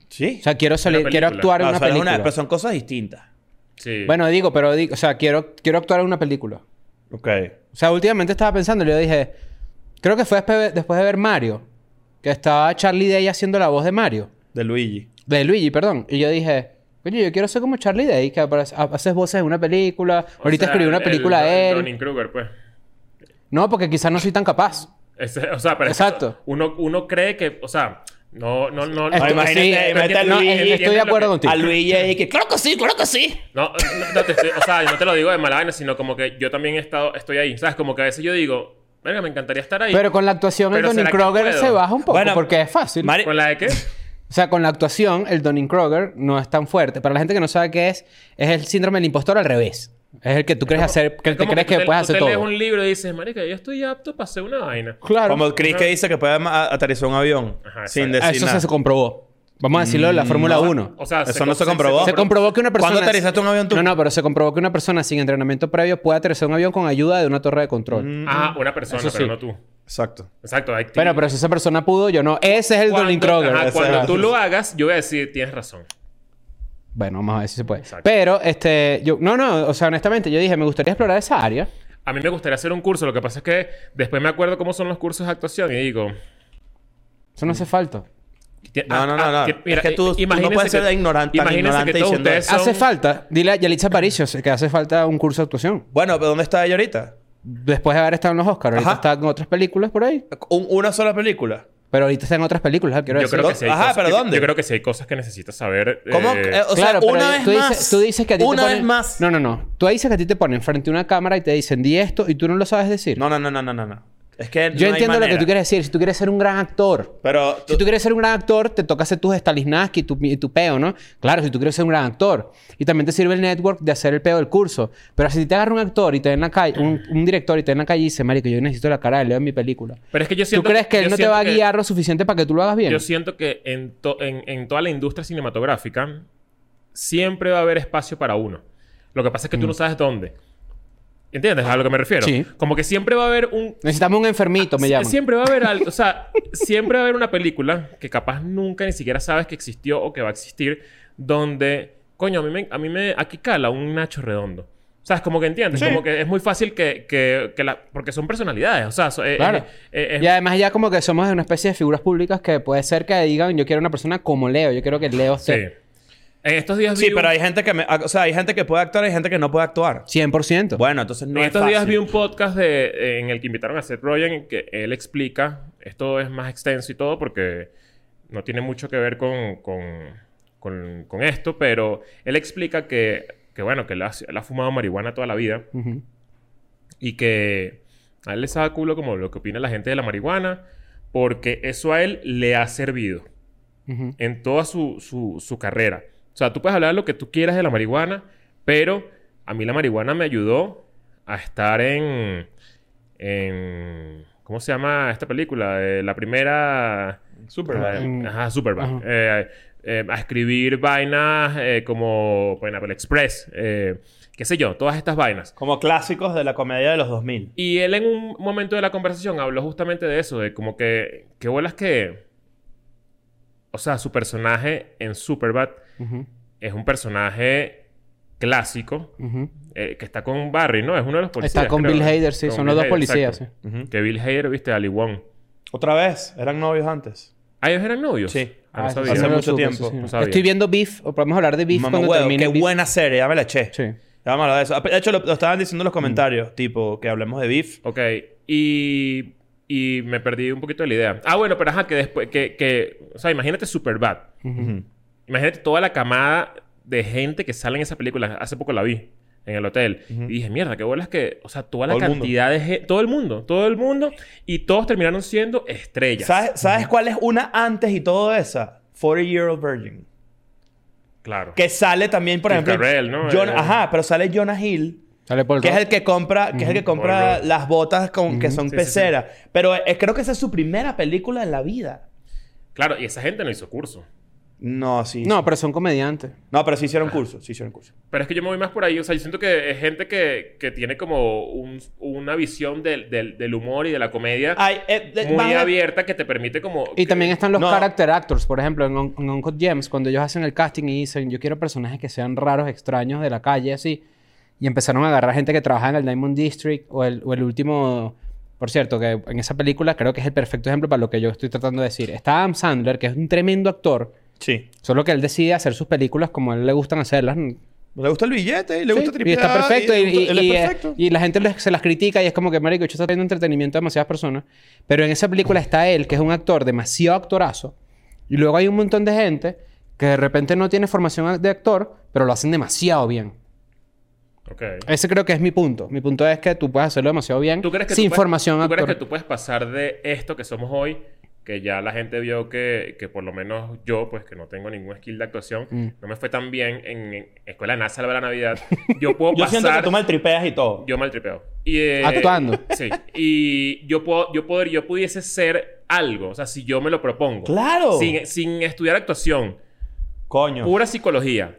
Speaker 3: Sí.
Speaker 1: O sea, quiero salir, quiero
Speaker 2: película.
Speaker 1: actuar en
Speaker 3: No,
Speaker 1: una
Speaker 3: o sea, es
Speaker 1: película.
Speaker 3: una- pero son cosas distintas.
Speaker 2: Sí.
Speaker 1: Bueno, digo, pero digo, o sea, quiero, quiero actuar en una película.
Speaker 3: Ok.
Speaker 1: O sea, últimamente estaba pensando y yo dije, creo que fue despe- después de ver Mario, que estaba Charlie Day haciendo la voz de Mario,
Speaker 3: De Luigi.
Speaker 1: de Luigi, perdón. Y yo dije, coño, yo quiero ser como Charlie Day, que aparece- ha- haces voces en una película,
Speaker 2: O
Speaker 1: ahorita
Speaker 2: sea,
Speaker 1: escribí una
Speaker 2: el-
Speaker 1: película
Speaker 2: el
Speaker 1: de él.
Speaker 2: Dunning Kruger, pues.
Speaker 1: No, porque quizás no soy tan capaz.
Speaker 2: Ese- o sea, pero es que
Speaker 1: Exacto.
Speaker 2: uno, uno cree que, o sea, no, no, no.
Speaker 1: Estoy-
Speaker 2: no,
Speaker 3: imagínate, mete a
Speaker 1: no,
Speaker 3: Luigi,
Speaker 1: estoy
Speaker 2: entiende
Speaker 1: de
Speaker 2: lo
Speaker 1: acuerdo
Speaker 2: que-
Speaker 1: contigo.
Speaker 3: A Luigi ahí que, claro que sí, claro que sí.
Speaker 2: No, no, no te estoy- o sea, yo no te lo digo de mala vaina, sino como que yo también he estado, estoy ahí. ¿Sabes? Como que a veces yo digo, venga, me encantaría estar ahí.
Speaker 1: Pero con la actuación
Speaker 2: Pero
Speaker 1: el Donnie
Speaker 2: ¿será que
Speaker 1: Kroger
Speaker 2: puedo?
Speaker 1: se baja un poco
Speaker 3: Bueno,
Speaker 1: porque es fácil.
Speaker 3: Mari-
Speaker 2: ¿Con la de qué?
Speaker 1: O sea, con la actuación, el Donning-Kroger no es tan fuerte. Para la gente que no sabe qué es, es el síndrome del impostor al revés. Es el que tú crees hacer, que el que
Speaker 2: Como
Speaker 1: crees
Speaker 2: tú
Speaker 1: que
Speaker 2: te-
Speaker 1: puedes
Speaker 2: tú
Speaker 1: hacer
Speaker 2: te
Speaker 1: todo.
Speaker 2: lees un libro y dices, marica, yo estoy apto para hacer una vaina.
Speaker 1: Claro.
Speaker 3: Como Chris que dice que puede ma- aterrizar un avión
Speaker 2: Ajá,
Speaker 3: sin
Speaker 2: exacto.
Speaker 1: Ah,
Speaker 3: decir
Speaker 1: Eso
Speaker 3: nada. Mm.
Speaker 1: se comprobó. Vamos a decirlo de la Fórmula 1.
Speaker 2: O sea,
Speaker 3: Eso no se comprobó.
Speaker 1: Se comprobó que una persona...
Speaker 3: ¿Cuándo aterrizaste un avión tú?
Speaker 1: No, no, pero se comprobó que una persona sin entrenamiento previo puede aterrizar un avión con ayuda de una torre de
Speaker 3: Mm.
Speaker 1: control.
Speaker 2: Ah, una persona,
Speaker 1: Eso sí.
Speaker 2: pero no tú.
Speaker 3: Exacto.
Speaker 2: Exacto, hay
Speaker 1: Bueno, pero si esa persona pudo, yo no. Ese es el
Speaker 2: cuando,
Speaker 1: Donning-Kroger.
Speaker 2: ajá,
Speaker 3: Ese
Speaker 2: cuando
Speaker 3: es-
Speaker 2: tú lo hagas, yo voy a decir, tienes razón.
Speaker 1: Bueno, vamos a ver si se puede.
Speaker 2: Exacto.
Speaker 1: Pero, este... Yo, no, no. O sea, honestamente, yo dije, me gustaría explorar esa área.
Speaker 2: A mí me gustaría hacer un curso. Lo que pasa es que después me acuerdo cómo son los cursos de actuación y digo...
Speaker 1: Eso no
Speaker 3: Mm.
Speaker 1: hace falta.
Speaker 2: ti-
Speaker 3: No,
Speaker 2: ah,
Speaker 3: no, no,
Speaker 2: ah,
Speaker 3: no.
Speaker 2: ti- mira,
Speaker 3: Es que tú-
Speaker 2: eh,
Speaker 3: tú no
Speaker 2: imagínense
Speaker 3: puedes ser ignorante- tan
Speaker 2: imagínense
Speaker 3: ignorante
Speaker 2: que todos
Speaker 3: diciendo
Speaker 2: ustedes
Speaker 3: eso.
Speaker 2: son-
Speaker 1: Hace falta. Dile a Yalitza Aparicio que hace falta un curso de actuación.
Speaker 3: Bueno, pero ¿dónde está ella ahorita?
Speaker 1: Después de haber estado en los Oscars. Ahorita
Speaker 3: Ajá.
Speaker 1: está en otras películas por ahí.
Speaker 3: Un- una sola película.
Speaker 1: Pero ahorita está en otras películas, quiero
Speaker 2: Yo
Speaker 1: decir.
Speaker 2: creo que sí hay
Speaker 3: Ajá,
Speaker 2: cosas
Speaker 3: pero
Speaker 2: que-
Speaker 3: ¿dónde?
Speaker 2: Yo creo que sí hay cosas que necesitas saber.
Speaker 3: ¿Cómo?
Speaker 2: eh,
Speaker 3: Eh, o sea,
Speaker 1: pero
Speaker 3: una vez
Speaker 1: tú
Speaker 3: más.
Speaker 1: Dices, tú dices que a ti te
Speaker 3: Una
Speaker 1: ponen-
Speaker 3: vez más.
Speaker 1: No, no, no. Tú dices que a ti te ponen frente a una cámara y te dicen, di esto y tú no lo sabes decir.
Speaker 3: No, no, no, no, no, no, no. Es que no
Speaker 1: Yo
Speaker 3: hay
Speaker 1: entiendo lo que
Speaker 3: manera.
Speaker 1: tú quieres decir. Si tú quieres ser un gran actor.
Speaker 3: Pero
Speaker 1: Si tú quieres ser un gran actor, te toca hacer tus Stalinski y tu, y tu peo, ¿no? Claro, si tú quieres ser un gran actor. Y también te sirve el network de hacer el peo del curso. Pero si te agarra un actor y te ven la calle, un, un director y te ven la calle y dice, Marico, yo necesito la cara de Leo en mi película.
Speaker 2: Pero es que yo
Speaker 1: ¿Tú
Speaker 2: siento...
Speaker 1: crees que él
Speaker 2: yo
Speaker 1: no te
Speaker 2: siento
Speaker 1: va a
Speaker 2: que-
Speaker 1: guiar lo suficiente para que tú lo hagas bien?
Speaker 2: Yo siento que en, to- en, en toda la industria cinematográfica siempre va a haber espacio para uno. Lo que pasa es que tú no sabes dónde. ¿Entiendes a lo que me refiero?
Speaker 1: Mm. Sí.
Speaker 2: Como que siempre va a haber un...
Speaker 1: Necesitamos un enfermito, me
Speaker 2: Sie-
Speaker 1: llaman.
Speaker 2: Siempre va a haber algo, o sea, siempre va a haber una película que capaz nunca ni siquiera sabes que existió o que va a existir, donde, coño, a mí me, a mí me aquí cala un Nacho Redondo. O sea, es como que entiendes, como que es muy fácil que, que, que la, porque son personalidades, o sea, so- eh,
Speaker 1: Claro.
Speaker 2: eh, eh, es-
Speaker 1: Y además ya como que somos una especie de figuras públicas que puede ser que digan, yo quiero una persona como Leo, yo quiero que Leo
Speaker 2: sí.
Speaker 1: sea
Speaker 2: En estos días
Speaker 3: Sí,
Speaker 2: vi
Speaker 3: pero
Speaker 2: un-
Speaker 3: hay gente que... me- o sea, hay gente que puede actuar y hay gente que no puede actuar.
Speaker 1: 100%.
Speaker 3: Bueno, entonces no
Speaker 2: en
Speaker 3: es
Speaker 2: estos días
Speaker 3: fácil.
Speaker 2: vi un podcast de, en el que invitaron a Seth Rogen en que él explica, esto es más extenso y todo porque no tiene mucho que ver con, con, con- con esto, pero él explica que, que bueno, que él ha, él ha fumado marihuana toda la vida
Speaker 1: Ujú.
Speaker 2: y que a él le sabe culo como lo que opina la gente de la marihuana porque eso a él le ha servido
Speaker 1: Ujú.
Speaker 2: en toda su, su, su carrera. O sea, tú puedes hablar lo que tú quieras de la marihuana, pero a mí la marihuana me ayudó a estar en... en ¿Cómo se llama esta película? Eh, la primera...
Speaker 3: Superbad.
Speaker 2: Eh, ajá, Superbad.
Speaker 1: Ajá.
Speaker 2: Eh, eh, a escribir vainas eh, como Pineapple Express, eh, qué sé yo, todas estas vainas.
Speaker 3: Como clásicos de la comedia de los 2000.
Speaker 2: Y él en un momento de la conversación habló justamente de eso, de como que, qué bolas que... O sea, su personaje en Superbad
Speaker 1: Ujú.
Speaker 2: es un personaje clásico
Speaker 1: Ujú.
Speaker 2: eh, que está con Barry, ¿no? Es uno de los policías.
Speaker 1: Está con
Speaker 2: creo,
Speaker 1: Bill
Speaker 2: ¿no?
Speaker 1: Hader, sí,
Speaker 2: Con
Speaker 1: son
Speaker 2: Bill
Speaker 1: los dos
Speaker 2: Hader,
Speaker 1: policías.
Speaker 2: exacto.
Speaker 1: sí.
Speaker 2: Que Bill Hader, viste, Ali Wong.
Speaker 3: Otra vez. Eran novios antes.
Speaker 2: ¿Ah, ellos eran novios?
Speaker 3: Sí.
Speaker 2: Ah, no
Speaker 1: Ah, eso
Speaker 2: sabía.
Speaker 1: sí, no
Speaker 3: Hace
Speaker 1: lo
Speaker 3: mucho
Speaker 1: supe,
Speaker 3: tiempo.
Speaker 1: sí, sí.
Speaker 2: No sabía.
Speaker 1: Estoy viendo Beef, o podemos hablar de Beef
Speaker 3: Mamá
Speaker 1: cuando
Speaker 3: huevo,
Speaker 1: termine
Speaker 3: qué
Speaker 1: Beef.
Speaker 3: buena serie. Ya me la eché.
Speaker 1: Sí.
Speaker 3: Ya vamos a hablar de eso. De hecho, lo, lo estaban diciendo en los comentarios, tipo, que hablemos de beef.
Speaker 2: Ok, y, y me perdí un poquito de la idea. Ah, bueno, pero ajá, que después, que, que, o sea, imagínate Superbad. Imagínate toda la camada de gente que sale en esa película. Hace poco la vi en el hotel. Y dije, mierda, qué bolas que, o sea, toda la
Speaker 3: Todo el mundo.
Speaker 2: cantidad de gente, todo el mundo, todo el mundo, y todos terminaron siendo estrellas.
Speaker 3: ¿Sabes, ¿Sabes cuál es una antes y todo esa? 40 Year Old Virgin.
Speaker 2: Claro.
Speaker 3: Que sale también, por
Speaker 2: Steve
Speaker 3: ejemplo.
Speaker 2: Carell, ¿no?
Speaker 3: Jon-
Speaker 2: Eh.
Speaker 3: ajá, pero sale Jonah Hill.
Speaker 1: Sale por el
Speaker 3: Que es
Speaker 1: rock.
Speaker 3: el que compra, que es el que compra
Speaker 2: Paul
Speaker 3: las botas con, que son
Speaker 2: Sí, sí, sí.
Speaker 3: peceras. Pero eh, creo que esa es su primera película en la vida.
Speaker 2: Claro, y esa gente no hizo curso.
Speaker 3: No, sí.
Speaker 1: No, pero son comediantes.
Speaker 3: No, pero sí hicieron curso. Sí hicieron curso.
Speaker 2: Pero es que yo me voy más por ahí. O sea, yo siento que es gente que, que tiene como un- una visión del, del, del humor y de la comedia
Speaker 3: Ay, eh, de-
Speaker 2: muy
Speaker 3: van a-
Speaker 2: abierta que te permite como...
Speaker 1: Y
Speaker 2: que-
Speaker 1: también están los
Speaker 3: No.
Speaker 1: character actors, por ejemplo, en, Un- en Uncut Gems, cuando ellos hacen el casting y dicen, yo quiero personajes que sean raros, extraños, de la calle, así. Y empezaron a agarrar gente que trabaja en el Diamond District o el, o el último... Por cierto, que en esa película creo que es el perfecto ejemplo para lo que yo estoy tratando de decir. Está Adam Sandler, que es un tremendo actor,
Speaker 3: Sí.
Speaker 1: solo que él decide hacer sus películas como a él le gustan hacerlas.
Speaker 3: Le gusta el billete y le
Speaker 1: Sí,
Speaker 3: gusta
Speaker 1: y
Speaker 3: tripear.
Speaker 1: está perfecto. Y,
Speaker 3: le gusta- él
Speaker 1: y- y-
Speaker 3: es perfecto.
Speaker 1: y la gente les- se las critica y es como que, marico, yo está trayendo entretenimiento a demasiadas personas. Pero en esa película está él, que es un actor demasiado actorazo. Y luego hay un montón de gente que de repente no tiene formación de actor, pero lo hacen demasiado bien.
Speaker 2: Ok.
Speaker 3: eh,
Speaker 1: Ese creo que es mi punto. Mi punto es que tú puedes hacerlo demasiado bien
Speaker 2: ¿Tú crees que
Speaker 1: sin
Speaker 2: tú puedes-
Speaker 1: formación
Speaker 2: ¿tú crees
Speaker 1: actor.
Speaker 2: que tú puedes pasar de esto que somos hoy, que ya la gente vio que, que por lo menos yo, pues que no tengo ningún skill de actuación,
Speaker 3: Mm.
Speaker 2: no me fue tan bien en, en Escuela de Nada Salva la Navidad, yo puedo
Speaker 3: Yo siento que
Speaker 2: pasar...
Speaker 3: tú maltripeas y todo.
Speaker 2: Yo maltripeo. Y, eh,
Speaker 1: Actuando.
Speaker 2: Sí. Y yo puedo, yo poder, yo pudiese ser algo. O sea, si yo me lo propongo.
Speaker 3: ¡Claro!
Speaker 2: Sin, sin estudiar actuación.
Speaker 3: Coño.
Speaker 2: Pura psicología.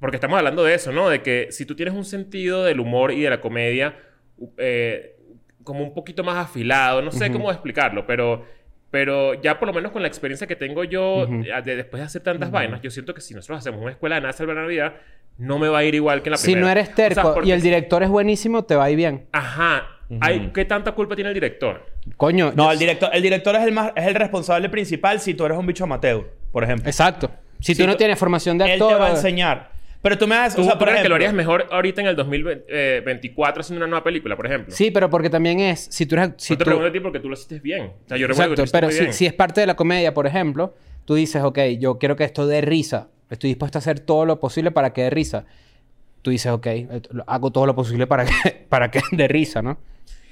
Speaker 2: Porque estamos hablando de eso, ¿no? De que si tú tienes un sentido del humor y de la comedia u- eh, como un poquito más afilado, no sé cómo explicarlo, pero, pero ya por lo menos con la experiencia que tengo yo eh, de- después de hacer tantas vainas, yo siento que si nosotros hacemos una escuela de nada salvar la Navidad, no me va a ir igual que en la
Speaker 1: Si
Speaker 2: primera.
Speaker 1: no eres
Speaker 2: O sea,
Speaker 1: terco
Speaker 2: porque-
Speaker 1: y el director es buenísimo, te va a ir bien.
Speaker 2: Ajá. Hay- ¿Qué tanta culpa tiene el director?
Speaker 1: Coño.
Speaker 3: No,
Speaker 1: yo-
Speaker 3: el director, el director es el más, es el responsable principal si tú eres un bicho amateur, por ejemplo.
Speaker 1: Exacto. Si
Speaker 3: Sí,
Speaker 1: tú no
Speaker 3: tú-
Speaker 1: tienes formación de
Speaker 3: Él
Speaker 1: actor...
Speaker 3: te va a enseñar. Pero tú me das,
Speaker 2: ¿Tú,
Speaker 3: o sea,
Speaker 2: tú
Speaker 3: por
Speaker 2: crees que
Speaker 3: ejemplo,
Speaker 2: lo harías mejor ahorita en el 2024 haciendo una nueva película, por ejemplo?
Speaker 1: Sí, pero porque también es... Si tú eres... Si
Speaker 2: no te
Speaker 1: tú-
Speaker 2: pregunto a ti porque tú lo hiciste bien. O sea, yo recuerdo
Speaker 1: Exacto,
Speaker 2: que tú lo
Speaker 1: pero
Speaker 2: hiciste
Speaker 1: si,
Speaker 2: muy
Speaker 1: si
Speaker 2: bien.
Speaker 1: es parte de la comedia, por ejemplo, tú dices, ok, yo quiero que esto dé risa. Estoy dispuesto a hacer todo lo posible para que dé risa. Tú dices, ok, eh, lo- hago todo lo posible para que, para que dé risa, ¿no?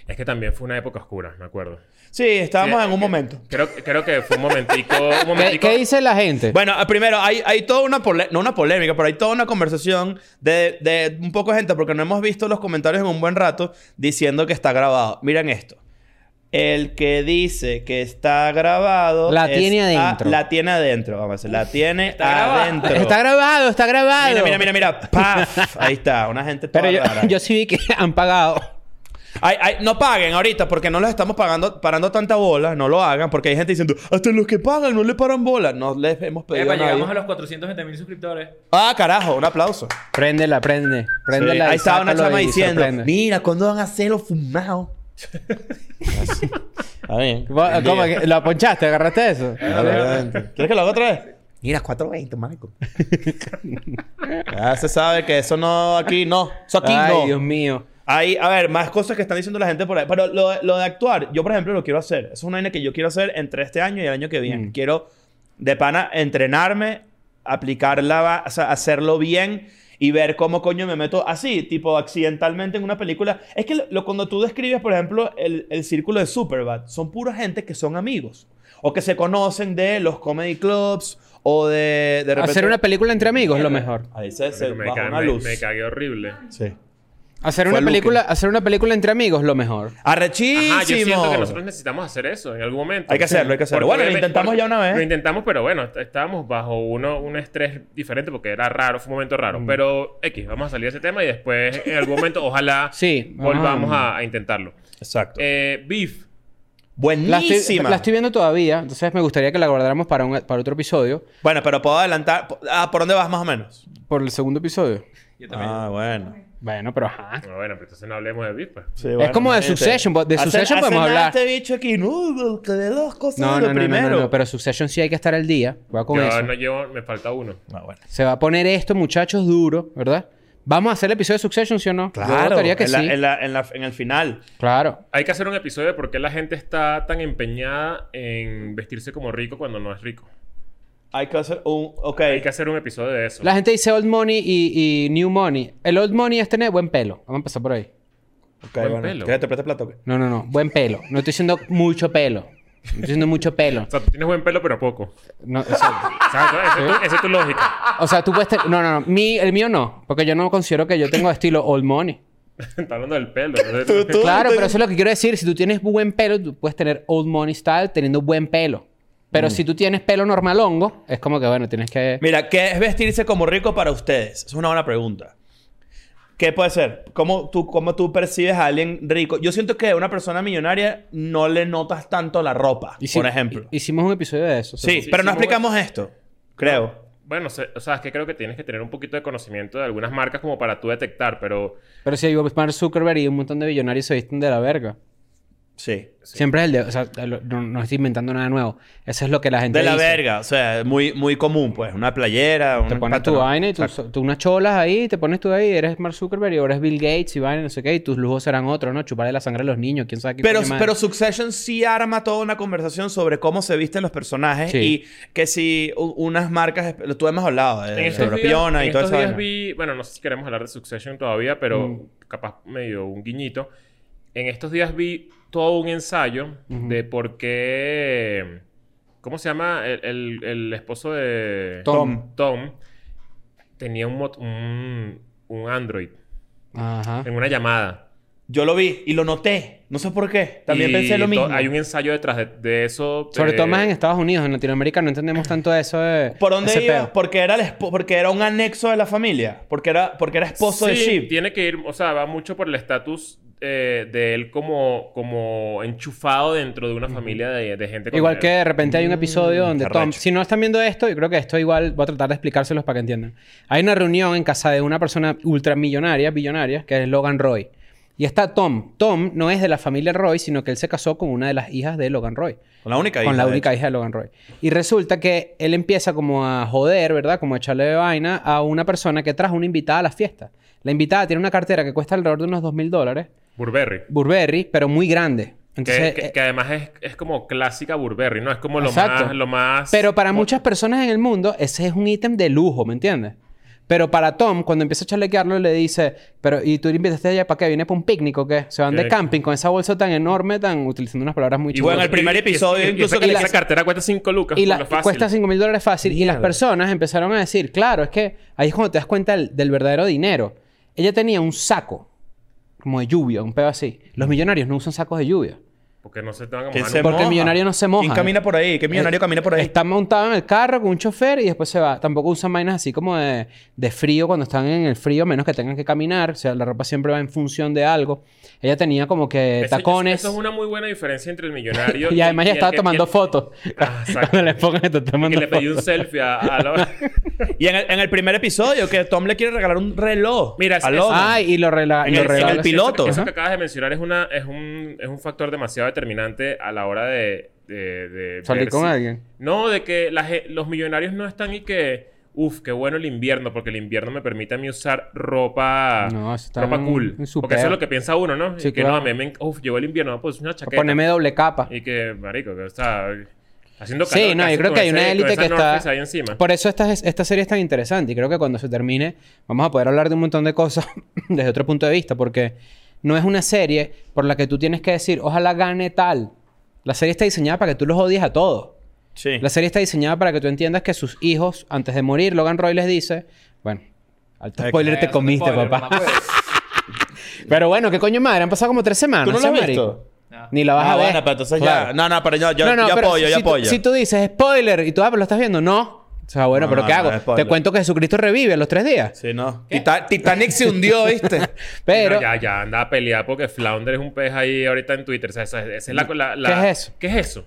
Speaker 2: Es que también fue una época oscura, me acuerdo.
Speaker 3: Sí, estábamos
Speaker 2: Sí,
Speaker 3: en un momento.
Speaker 2: Creo, creo que fue un momentico... Un
Speaker 1: ¿Qué,
Speaker 2: momentico
Speaker 1: qué dice la gente?
Speaker 3: Bueno, eh, primero, hay, hay toda una polémica, no una polémica, pero hay toda una conversación de, de un poco de gente, porque no hemos visto los comentarios en un buen rato, diciendo que está grabado. Miren esto. El que dice que está grabado.
Speaker 1: La
Speaker 3: es-
Speaker 1: tiene
Speaker 3: ah,
Speaker 1: adentro.
Speaker 3: la tiene adentro, vamos a decir. La tiene
Speaker 4: grabado.
Speaker 3: adentro.
Speaker 1: está grabado, está grabado.
Speaker 3: Mira, mira, mira, mira. ¡Paf! Ahí está, una gente toda
Speaker 1: Pero yo,
Speaker 3: rara.
Speaker 1: yo sí vi que han pagado.
Speaker 3: Ay, ay, no paguen ahorita porque no les estamos pagando, parando tanta bola. No lo hagan porque hay gente diciendo, hasta los que pagan no le paran bola. No les hemos pedido
Speaker 4: Epa,
Speaker 3: a nadie.
Speaker 4: llegamos a los 420 mil suscriptores.
Speaker 3: Ah, carajo, un aplauso.
Speaker 1: Préndela, prende.
Speaker 3: Sí,
Speaker 1: Préndela. y
Speaker 3: Ahí estaba una
Speaker 1: sácalo
Speaker 3: chama
Speaker 1: y
Speaker 3: diciendo,
Speaker 1: sorprende.
Speaker 3: mira, ¿cuándo van a hacer los fumados? Está bien.
Speaker 1: ¿Cómo- cómo que- ¿Lo ponchaste? ¿Agarraste eso?
Speaker 3: Obviamente. ¿Quieres que lo haga otra vez? Mira, 420, marico. ya se sabe que eso no, aquí no. Eso aquí
Speaker 1: Ay,
Speaker 3: no.
Speaker 1: Dios mío.
Speaker 3: Hay, a ver, más cosas que están diciendo la gente por ahí. Pero lo, lo de actuar, yo por ejemplo lo quiero hacer. Es una vaina que yo quiero hacer entre este año y el año que viene.
Speaker 1: Mm.
Speaker 3: Quiero, de pana, entrenarme, aplicarla, va- o sea, hacerlo bien y ver cómo coño me meto así, tipo accidentalmente en una película. Es que lo, lo- cuando tú describes, por ejemplo, el, el círculo de Superbad, son pura gente que son amigos o que se conocen de los comedy clubs o de, de repente...
Speaker 1: Hacer una película entre amigos es lo mejor.
Speaker 3: Ahí se, se
Speaker 2: me,
Speaker 3: baja
Speaker 2: ca-
Speaker 3: una
Speaker 2: me-
Speaker 3: luz.
Speaker 2: me cagué horrible.
Speaker 3: sí.
Speaker 1: Hacer
Speaker 3: Fue
Speaker 1: una,
Speaker 3: Luke.
Speaker 1: película, hacer una película entre amigos es lo mejor.
Speaker 3: Arrechísimo.
Speaker 2: Ajá, yo siento que nosotros necesitamos hacer eso en algún momento.
Speaker 3: Hay que hacerlo, hay que hacerlo. Bueno, lo
Speaker 2: obviamente-
Speaker 3: intentamos
Speaker 2: porque
Speaker 3: ya una vez.
Speaker 2: Lo intentamos, pero bueno, est- estábamos bajo uno, un estrés diferente porque era raro, fue un momento raro.
Speaker 3: Mm.
Speaker 2: Pero X, vamos a salir de ese tema y después en algún momento ojalá
Speaker 1: Sí, vamos a-
Speaker 2: volvamos a, a intentarlo.
Speaker 3: Exacto.
Speaker 2: Eh, Beef,
Speaker 1: La estoy,
Speaker 3: Buenísima.
Speaker 1: la estoy viendo todavía, entonces me gustaría que la guardáramos para, un- para otro episodio.
Speaker 3: Bueno, pero puedo adelantar. Ah, ¿por dónde vas más o menos?
Speaker 1: Por el segundo episodio.
Speaker 4: Yo también.
Speaker 3: Ah, bueno.
Speaker 1: Bueno, pero ajá.
Speaker 2: Bueno, bueno, pero entonces no hablemos de Beef, pues.
Speaker 1: bueno, como de imagínate. Succession, po- de
Speaker 3: Hacen-
Speaker 1: Succession
Speaker 3: hacen
Speaker 1: podemos
Speaker 3: nada
Speaker 1: hablar.
Speaker 3: este bicho aquí, no, que de dos cosas
Speaker 1: No,
Speaker 3: de
Speaker 1: no,
Speaker 3: lo
Speaker 1: no, no,
Speaker 3: primero.
Speaker 1: no, no, pero Succession sí hay que estar al día. Va con
Speaker 2: Yo
Speaker 1: eso.
Speaker 2: no llevo, me falta uno.
Speaker 3: Ah, bueno.
Speaker 1: Se va a poner esto, muchachos, duro, ¿verdad? ¿Vamos a hacer el episodio de Succession, sí o no? Yo votaría que
Speaker 3: en,
Speaker 1: sí.
Speaker 3: la- en la- en la- en el final.
Speaker 1: Claro.
Speaker 2: Hay que hacer un episodio de por qué la gente está tan empeñada en vestirse como rico cuando no es rico.
Speaker 3: Hay que hacer un. Ok.
Speaker 2: Hay que hacer un episodio de eso.
Speaker 1: La gente dice old money y, y new money. El old money es tener buen pelo. Vamos a empezar por ahí.
Speaker 3: Ok,
Speaker 2: Buen
Speaker 3: bueno.
Speaker 2: pelo.
Speaker 3: ¿Quieres que te preste plata o qué?
Speaker 1: No, no, no. Buen pelo. No estoy diciendo mucho pelo. No estoy diciendo mucho pelo.
Speaker 2: O sea, tú tienes buen pelo, pero poco.
Speaker 1: No, o, sea,
Speaker 2: O sea, esa es tu- esa es tu lógica.
Speaker 1: o sea, tú puedes tener... No, no, no. Mi- el mío no. Porque yo no considero que yo tengo estilo old money.
Speaker 2: Está hablando del pelo. ¿no?
Speaker 3: tú-
Speaker 1: Claro,
Speaker 3: te-
Speaker 1: pero eso es lo que quiero decir. Si tú tienes buen pelo, tú puedes tener old money style teniendo buen pelo.
Speaker 3: Mm.
Speaker 1: Pero si tú tienes pelo normal hongo, es como que, bueno, tienes que...
Speaker 3: Mira, ¿qué es vestirse como rico para ustedes? Es una buena pregunta. ¿Qué puede ser? ¿Cómo tú, ¿Cómo tú percibes a alguien rico? Yo siento que a una persona millonaria no le notas tanto la ropa,
Speaker 1: Hici-
Speaker 3: por ejemplo.
Speaker 1: hi- Hicimos un episodio de eso.
Speaker 3: sí,
Speaker 2: sí,
Speaker 3: pero no
Speaker 2: sí,
Speaker 3: explicamos esto, creo.
Speaker 2: Bueno, se- o sea, es que creo que tienes que tener un poquito de conocimiento de algunas marcas como para tú detectar, pero
Speaker 1: Pero si hay Mark Zuckerberg y un montón de billonarios se visten de la verga.
Speaker 3: Sí.
Speaker 1: Siempre es el de... O sea, lo- no, no estoy inventando nada nuevo. Eso es lo que la gente
Speaker 3: De la
Speaker 1: dice.
Speaker 3: verga, o sea, muy, muy común, pues. Una playera,
Speaker 1: Te pones tu
Speaker 3: un pantalón.
Speaker 1: vaina y tú, tú unas cholas ahí, te pones tú ahí, eres Mark Zuckerberg y ahora es Bill Gates y vaina, no sé qué, y tus lujos serán otros, ¿no? Chuparle la sangre a los niños, quién sabe qué.
Speaker 3: Pero,
Speaker 1: coño madre.
Speaker 3: pero Succession sí arma toda una conversación sobre cómo se visten los personajes
Speaker 1: Sí.
Speaker 3: y que si u- unas marcas... Tú hemos hablado eh,
Speaker 2: En
Speaker 3: de,
Speaker 2: estos
Speaker 3: de
Speaker 2: días-
Speaker 3: Piona y
Speaker 2: en
Speaker 3: todo
Speaker 2: estos días
Speaker 3: eso.
Speaker 2: vi, bueno, no sé si queremos hablar de Succession todavía, pero
Speaker 3: Mm.
Speaker 2: capaz medio un guiñito. En estos días vi todo un ensayo de por qué. ¿Cómo se llama? El, el- el esposo de.
Speaker 1: Tom.
Speaker 2: Tom tenía un, mot- un, un Android
Speaker 1: Ajá.
Speaker 2: en una llamada.
Speaker 3: Yo lo vi y lo noté. No sé por qué. También
Speaker 2: Y
Speaker 3: pensé lo
Speaker 2: to-
Speaker 3: mismo.
Speaker 2: Hay un ensayo detrás de, de eso.
Speaker 1: Sobre
Speaker 2: eh,
Speaker 1: todo más en Estados Unidos, en Latinoamérica no entendemos tanto eso de...
Speaker 3: ¿Por dónde
Speaker 1: ese
Speaker 3: iba?
Speaker 1: peo.
Speaker 3: Porque era, el espo- porque era un anexo de la familia. Porque era, porque era esposo de
Speaker 2: Sí,
Speaker 3: Sheep.
Speaker 2: Tiene que ir, o sea, va mucho por el estatus eh, de él como, como enchufado dentro de una familia de, de gente. con
Speaker 1: Igual
Speaker 2: él.
Speaker 1: que de repente hay un episodio donde Tom,
Speaker 3: arrecho.
Speaker 1: si no están viendo esto, yo creo que esto igual voy a tratar de explicárselos para que entiendan. Hay una reunión en casa de una persona ultramillonaria, billonaria, que es Logan Roy. Y está Tom. Tom no es de la familia Roy, sino que él se casó con una de las hijas de Logan Roy.
Speaker 3: Con la única
Speaker 1: Con
Speaker 3: hija,
Speaker 1: la
Speaker 3: de
Speaker 1: única
Speaker 3: hecho.
Speaker 1: hija de Logan Roy. Y resulta que él empieza como a joder, ¿verdad? Como a echarle vaina a una persona que trajo una invitada a la fiesta. La invitada tiene una cartera que cuesta alrededor de unos dos mil dólares,
Speaker 2: Burberry. Que-
Speaker 1: Burberry, pero muy grande. Entonces,
Speaker 2: que,
Speaker 1: eh,
Speaker 2: que además es, es como clásica Burberry, ¿no? Es como lo
Speaker 1: Exacto.
Speaker 2: más, lo más...
Speaker 1: Pero para muchas personas en el mundo, ese es un ítem de lujo, ¿me entiendes? Pero para Tom, cuando empieza a chalequearlo, le dice, pero ¿y tú le invitaste allá para qué? ¿Viene para un picnic o qué? Se van de
Speaker 2: ¿Qué?
Speaker 1: camping con esa bolsa tan enorme, tan utilizando unas palabras muy
Speaker 2: Y
Speaker 1: chungas.
Speaker 3: bueno, el primer episodio
Speaker 2: y- y-
Speaker 3: incluso
Speaker 2: y
Speaker 3: que
Speaker 2: esa- y
Speaker 3: le-
Speaker 2: esa cartera cuesta 5 lucas.
Speaker 1: Y
Speaker 2: por
Speaker 1: la,
Speaker 2: lo fácil.
Speaker 1: cuesta 5 mil dólares fácil. Y las personas empezaron a decir, claro, es que ahí es cuando te das cuenta del, del verdadero dinero. Ella tenía un saco, como de lluvia, un pedo así. Los millonarios no usan sacos de lluvia.
Speaker 2: Porque no se te van a
Speaker 3: ¿Quién
Speaker 2: mojar
Speaker 3: se
Speaker 2: nunca.
Speaker 1: Porque el millonario no se moja.
Speaker 3: ¿Quién camina por ahí? ¿Qué millonario
Speaker 1: Eh,
Speaker 3: camina por ahí?
Speaker 1: Está montado en el carro con un chofer y después se va. Tampoco usan vainas así como de, de frío cuando están en el frío, menos que tengan que caminar. O sea, la ropa siempre va en función de algo. Ella tenía como que
Speaker 2: Eso-
Speaker 1: tacones.
Speaker 2: Eso, es una muy buena diferencia entre el millonario
Speaker 1: Y además
Speaker 2: el
Speaker 1: ya estaba
Speaker 2: que-
Speaker 1: tomando
Speaker 2: y el-
Speaker 1: fotos.
Speaker 2: Ah, exacto.
Speaker 1: Cuando le pongan esto, tomando
Speaker 2: Y le pedí un
Speaker 1: fotos.
Speaker 2: selfie a, a la...
Speaker 3: Y en el, en el primer episodio que Tom le quiere regalar un reloj.
Speaker 2: Mira, es-
Speaker 3: a
Speaker 2: es-
Speaker 3: Logan.
Speaker 1: Ah, y lo, rela-
Speaker 3: En
Speaker 1: lo
Speaker 3: el- en
Speaker 1: regala
Speaker 3: el
Speaker 1: así.
Speaker 3: piloto.
Speaker 2: Eso, que- eso
Speaker 3: Ajá.
Speaker 2: que acabas de mencionar es, una, es, un, es un factor demasiado determinante a la hora de... de, de
Speaker 1: Salir
Speaker 2: ver
Speaker 1: con
Speaker 2: si-
Speaker 1: alguien.
Speaker 2: No, de que la ge- los millonarios no están y que... Uf, qué bueno el invierno, porque el invierno me permite a mí usar ropa,
Speaker 1: No, eso está
Speaker 2: ropa
Speaker 1: en-
Speaker 2: cool.
Speaker 1: en su
Speaker 2: Porque eso
Speaker 1: peo.
Speaker 2: es lo que piensa uno, ¿no?
Speaker 1: Sí,
Speaker 2: y que
Speaker 1: claro.
Speaker 2: no, me, me, uf, llegó el invierno, pues una chaqueta.
Speaker 1: Poneme doble capa.
Speaker 2: Y que, marico, que está haciendo calor.
Speaker 1: Sí, no, yo
Speaker 2: casi
Speaker 1: creo
Speaker 2: con
Speaker 1: que hay una
Speaker 2: ese- con
Speaker 1: élite
Speaker 2: esa
Speaker 1: que
Speaker 2: North
Speaker 1: está...
Speaker 2: Face ahí encima.
Speaker 1: Por eso esta, esta serie es tan interesante y creo que cuando se termine vamos a poder hablar de un montón de cosas desde otro punto de vista porque no es una serie por la que tú tienes que decir, ojalá gane tal. La serie está diseñada para que tú los odies a todos.
Speaker 3: Sí.
Speaker 1: La serie está diseñada para que tú entiendas que sus hijos, antes de morir, Logan Roy les dice, bueno, alto
Speaker 3: Ay,
Speaker 1: spoiler te
Speaker 4: Eh,
Speaker 1: comiste,
Speaker 4: spoiler,
Speaker 1: papá.
Speaker 4: no me acuerdo.
Speaker 1: Pero bueno, qué coño madre, han pasado como tres semanas.
Speaker 3: pues. ¿Tú no lo
Speaker 1: ¿sí,
Speaker 3: has
Speaker 1: marico?
Speaker 3: visto?
Speaker 4: Ah.
Speaker 1: Ni la vas
Speaker 3: Ah,
Speaker 1: a ver.
Speaker 3: bueno, pero entonces
Speaker 1: Claro.
Speaker 3: ya... No, no, pero yo, yo,
Speaker 1: No, no,
Speaker 3: yo
Speaker 1: pero
Speaker 3: apoyo,
Speaker 1: si,
Speaker 3: yo
Speaker 1: si tú-
Speaker 3: apoyo.
Speaker 1: Si tú dices spoiler y tú, ah, pero lo estás viendo, no. O sea, bueno,
Speaker 3: No,
Speaker 1: pero
Speaker 3: no,
Speaker 1: ¿qué
Speaker 3: no,
Speaker 1: hago?
Speaker 3: no, spoiler.
Speaker 1: Te cuento que Jesucristo revive a los tres días.
Speaker 3: Sí, no. Tita- Titanic se hundió, ¿viste?
Speaker 1: Pero,
Speaker 2: No, ya, ya, anda a pelear porque Flounder es un pez ahí ahorita en Twitter. O sea, esa, esa es la, la- la-
Speaker 1: ¿Qué es eso?
Speaker 2: ¿Qué es eso?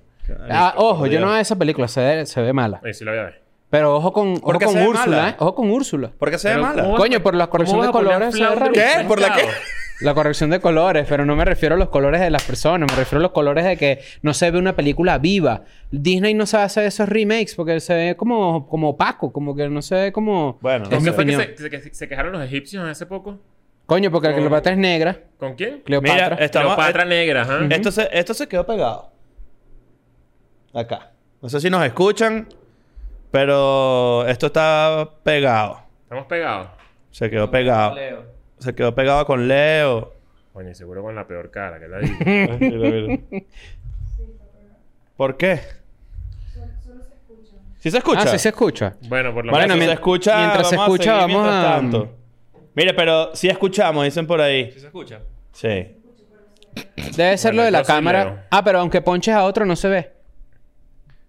Speaker 1: ah, ojo, yo no
Speaker 3: Dios.
Speaker 1: veo esa película, se ve, se ve mala.
Speaker 2: Ahí sí lo voy a ver.
Speaker 1: Pero ojo con, ojo
Speaker 3: ¿Por qué
Speaker 1: con
Speaker 3: se ve
Speaker 1: Úrsula,
Speaker 3: mala?
Speaker 1: ¿eh? Ojo con Úrsula.
Speaker 3: ¿Por qué se ve
Speaker 2: Pero,
Speaker 3: mala?
Speaker 2: ¿cómo vas-
Speaker 1: Coño, por la corrección
Speaker 2: cómo
Speaker 1: de
Speaker 2: vas a poner
Speaker 1: colores,
Speaker 2: a Flounder
Speaker 1: ¿qué?
Speaker 2: en un
Speaker 3: ¿Por la
Speaker 2: pescado?
Speaker 3: qué?
Speaker 1: La corrección de colores, pero no me refiero a los colores de las personas, me refiero a los colores de que no se ve una película viva. Disney no sabe hacer esos remakes porque se ve como, como opaco, como que no se ve como.
Speaker 3: Bueno,
Speaker 1: Es
Speaker 3: ¿Con
Speaker 2: ¿Con
Speaker 1: mi
Speaker 2: qué fue que
Speaker 1: opinión.
Speaker 2: se, que se- se quejaron los egipcios hace poco?
Speaker 1: Coño, porque la
Speaker 2: Con-
Speaker 1: Cleopatra es negra,
Speaker 2: ¿Con quién?
Speaker 1: Cleopatra.
Speaker 3: Mira, Estamos-
Speaker 2: Cleopatra negra, ajá.
Speaker 3: Esto se, esto se quedó pegado. Acá. No sé si nos escuchan, pero esto está pegado.
Speaker 2: Estamos pegados.
Speaker 3: Se quedó pegado.
Speaker 4: Leo.
Speaker 3: Se quedó pegado con Leo.
Speaker 2: Coño, y seguro con la peor cara, que la digo.
Speaker 3: Mira, mira. ¿Por qué? ¿Sí se escucha?
Speaker 1: Ah, sí se escucha.
Speaker 2: bueno, por lo
Speaker 3: Vale,
Speaker 1: Bueno,
Speaker 3: si
Speaker 2: menos...
Speaker 1: mien-
Speaker 3: se escucha,
Speaker 1: mientras se
Speaker 3: vamos
Speaker 1: escucha,
Speaker 3: a seguir
Speaker 1: vamos
Speaker 3: mientras
Speaker 1: a-
Speaker 3: tanto. Mire, pero sí escuchamos, dicen por ahí.
Speaker 4: ¿Sí se escucha?
Speaker 3: Sí.
Speaker 1: Debe ser
Speaker 2: Bueno,
Speaker 1: lo de la
Speaker 2: yo sí
Speaker 1: cámara.
Speaker 2: leo.
Speaker 1: Ah, pero aunque ponches a otro no se ve.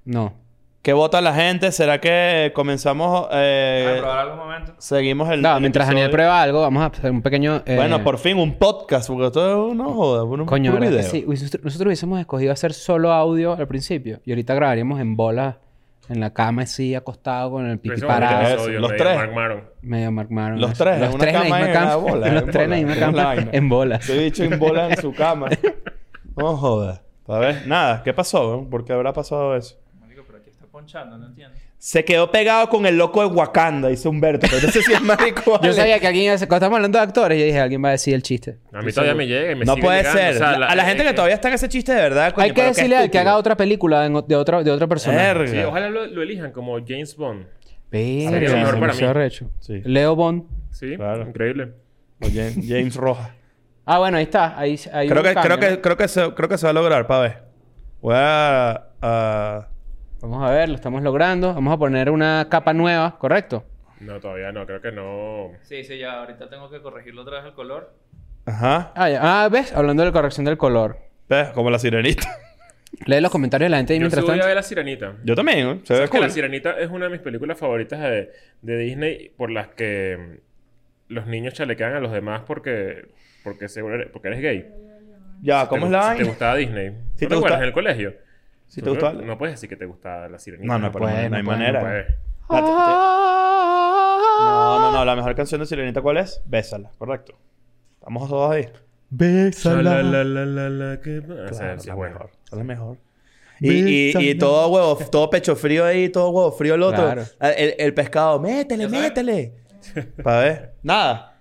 Speaker 1: No.
Speaker 3: ¿Qué vota la gente? ¿Será que comenzamos...
Speaker 4: ¿Vas
Speaker 3: eh,
Speaker 4: a probar algún momento?
Speaker 3: seguimos el...
Speaker 1: No,
Speaker 3: el
Speaker 1: mientras
Speaker 3: episodio?
Speaker 1: Daniel prueba algo, vamos a hacer un pequeño. eh,
Speaker 3: Bueno, por fin un podcast, porque esto es una joda, un
Speaker 1: Coño,
Speaker 3: puro
Speaker 1: ¿verdad que
Speaker 3: video.
Speaker 1: sí? Uy, nosotros, nosotros hubiésemos escogido hacer solo audio al principio. Y ahorita grabaríamos en bola, en la cama, así, acostado, con el
Speaker 2: pero
Speaker 1: pipi
Speaker 2: eso es un
Speaker 1: parado.
Speaker 3: Eso,
Speaker 2: episodio,
Speaker 3: los
Speaker 2: medio
Speaker 3: tres.
Speaker 2: Mark Maron.
Speaker 1: Medio Mark Maron.
Speaker 3: Los
Speaker 1: así.
Speaker 3: tres, en
Speaker 1: Los
Speaker 3: una
Speaker 1: tres en la
Speaker 3: cama
Speaker 1: misma
Speaker 3: y en la
Speaker 1: cama.
Speaker 3: bola,
Speaker 1: Los
Speaker 3: en
Speaker 1: tres en la
Speaker 3: bola,
Speaker 1: misma
Speaker 3: en la
Speaker 1: cama.
Speaker 3: vaina.
Speaker 1: En bola.
Speaker 3: Estoy dicho en bola en su cama. No joda. A ver, nada, ¿qué pasó? weón? ¿Por qué habrá pasado eso?
Speaker 4: Marico, pero aquí está ponchando, no entiendo.
Speaker 3: Se quedó pegado con el loco de Wakanda, dice Humberto. Pero no sé si es marico.
Speaker 1: Yo
Speaker 3: vale.
Speaker 1: sabía que alguien, iba a hacer- cuando estamos hablando de actores, yo dije, alguien va a decir el chiste.
Speaker 2: A mí todavía me llega y me
Speaker 3: No
Speaker 2: sigue
Speaker 3: puede
Speaker 2: llegando,
Speaker 3: ser.
Speaker 2: o sea,
Speaker 3: a la gente
Speaker 2: eh,
Speaker 3: que todavía está en ese chiste de verdad. coño,
Speaker 1: Hay que
Speaker 3: pero qué
Speaker 1: decirle al que
Speaker 3: estúpido.
Speaker 1: haga otra película en o- de, otra, de otra persona.
Speaker 3: Verga.
Speaker 2: Sí, ojalá lo, lo elijan como James Bond.
Speaker 1: Verga,
Speaker 2: Sería mejor para
Speaker 1: demasiado
Speaker 2: mí.
Speaker 1: arrecho.
Speaker 3: Sí.
Speaker 1: Leo Bond.
Speaker 2: Sí,
Speaker 3: Claro.
Speaker 2: increíble.
Speaker 3: O James, James Rojas.
Speaker 1: Ah, bueno, ahí está. Ahí, ahí
Speaker 3: creo,
Speaker 1: hubo
Speaker 3: que,
Speaker 1: un cambio,
Speaker 3: creo, que,
Speaker 1: ¿no?
Speaker 3: creo, que se, creo que se va a lograr, pa' ver. Voy a... a-
Speaker 1: Vamos a ver, lo estamos logrando. Vamos a poner una capa nueva, ¿correcto?
Speaker 2: No, todavía no, creo que no.
Speaker 4: Sí, sí, ya. Ahorita tengo que corregirlo otra vez el color.
Speaker 3: Ajá.
Speaker 1: Ah, ya. Ah, ¿ves? Hablando de la corrección del color.
Speaker 3: ¿Ves? Como la sirenita.
Speaker 1: Lee los comentarios de la gente y
Speaker 2: Yo sí
Speaker 1: mientras
Speaker 2: voy a
Speaker 1: tanto.
Speaker 2: ver La Sirenita.
Speaker 3: Yo también, ¿eh? Se ve
Speaker 2: ¿Sabes que
Speaker 3: cool.
Speaker 2: La Sirenita es una de mis películas favoritas de, de Disney por las que mm, los niños chalequean a los demás porque porque seguro eres, porque eres gay.
Speaker 3: Ya, ¿cómo
Speaker 2: Te-
Speaker 3: es la
Speaker 2: Si te
Speaker 3: vaina?
Speaker 2: gustaba Disney.
Speaker 3: Si
Speaker 2: ¿No
Speaker 3: te
Speaker 2: te acuerdas
Speaker 3: gusta-
Speaker 2: en el colegio?
Speaker 3: Si
Speaker 2: Tú
Speaker 3: te
Speaker 2: no-
Speaker 3: gustaba...
Speaker 2: No puedes decir que te gustaba La Sirenita.
Speaker 3: No, no,
Speaker 2: por
Speaker 3: pero
Speaker 1: puede,
Speaker 3: no, no hay
Speaker 1: no puede,
Speaker 3: manera.
Speaker 1: no
Speaker 2: puedes.
Speaker 3: La- te- No, no, no. La mejor canción de Sirenita, ¿cuál es? Bésala. Correcto. Estamos todos ahí.
Speaker 2: La, la, la, la, la, que- O sea,
Speaker 3: Claro,
Speaker 2: sí,
Speaker 3: la
Speaker 2: bueno.
Speaker 3: mejor. Es la mejor. Y, y- y todo huevo, todo pecho frío ahí, todo huevo frío el otro.
Speaker 1: Claro.
Speaker 3: Ah, El, el pescado, métele,
Speaker 4: Ya sabes.
Speaker 3: métele. Para ver. Nada.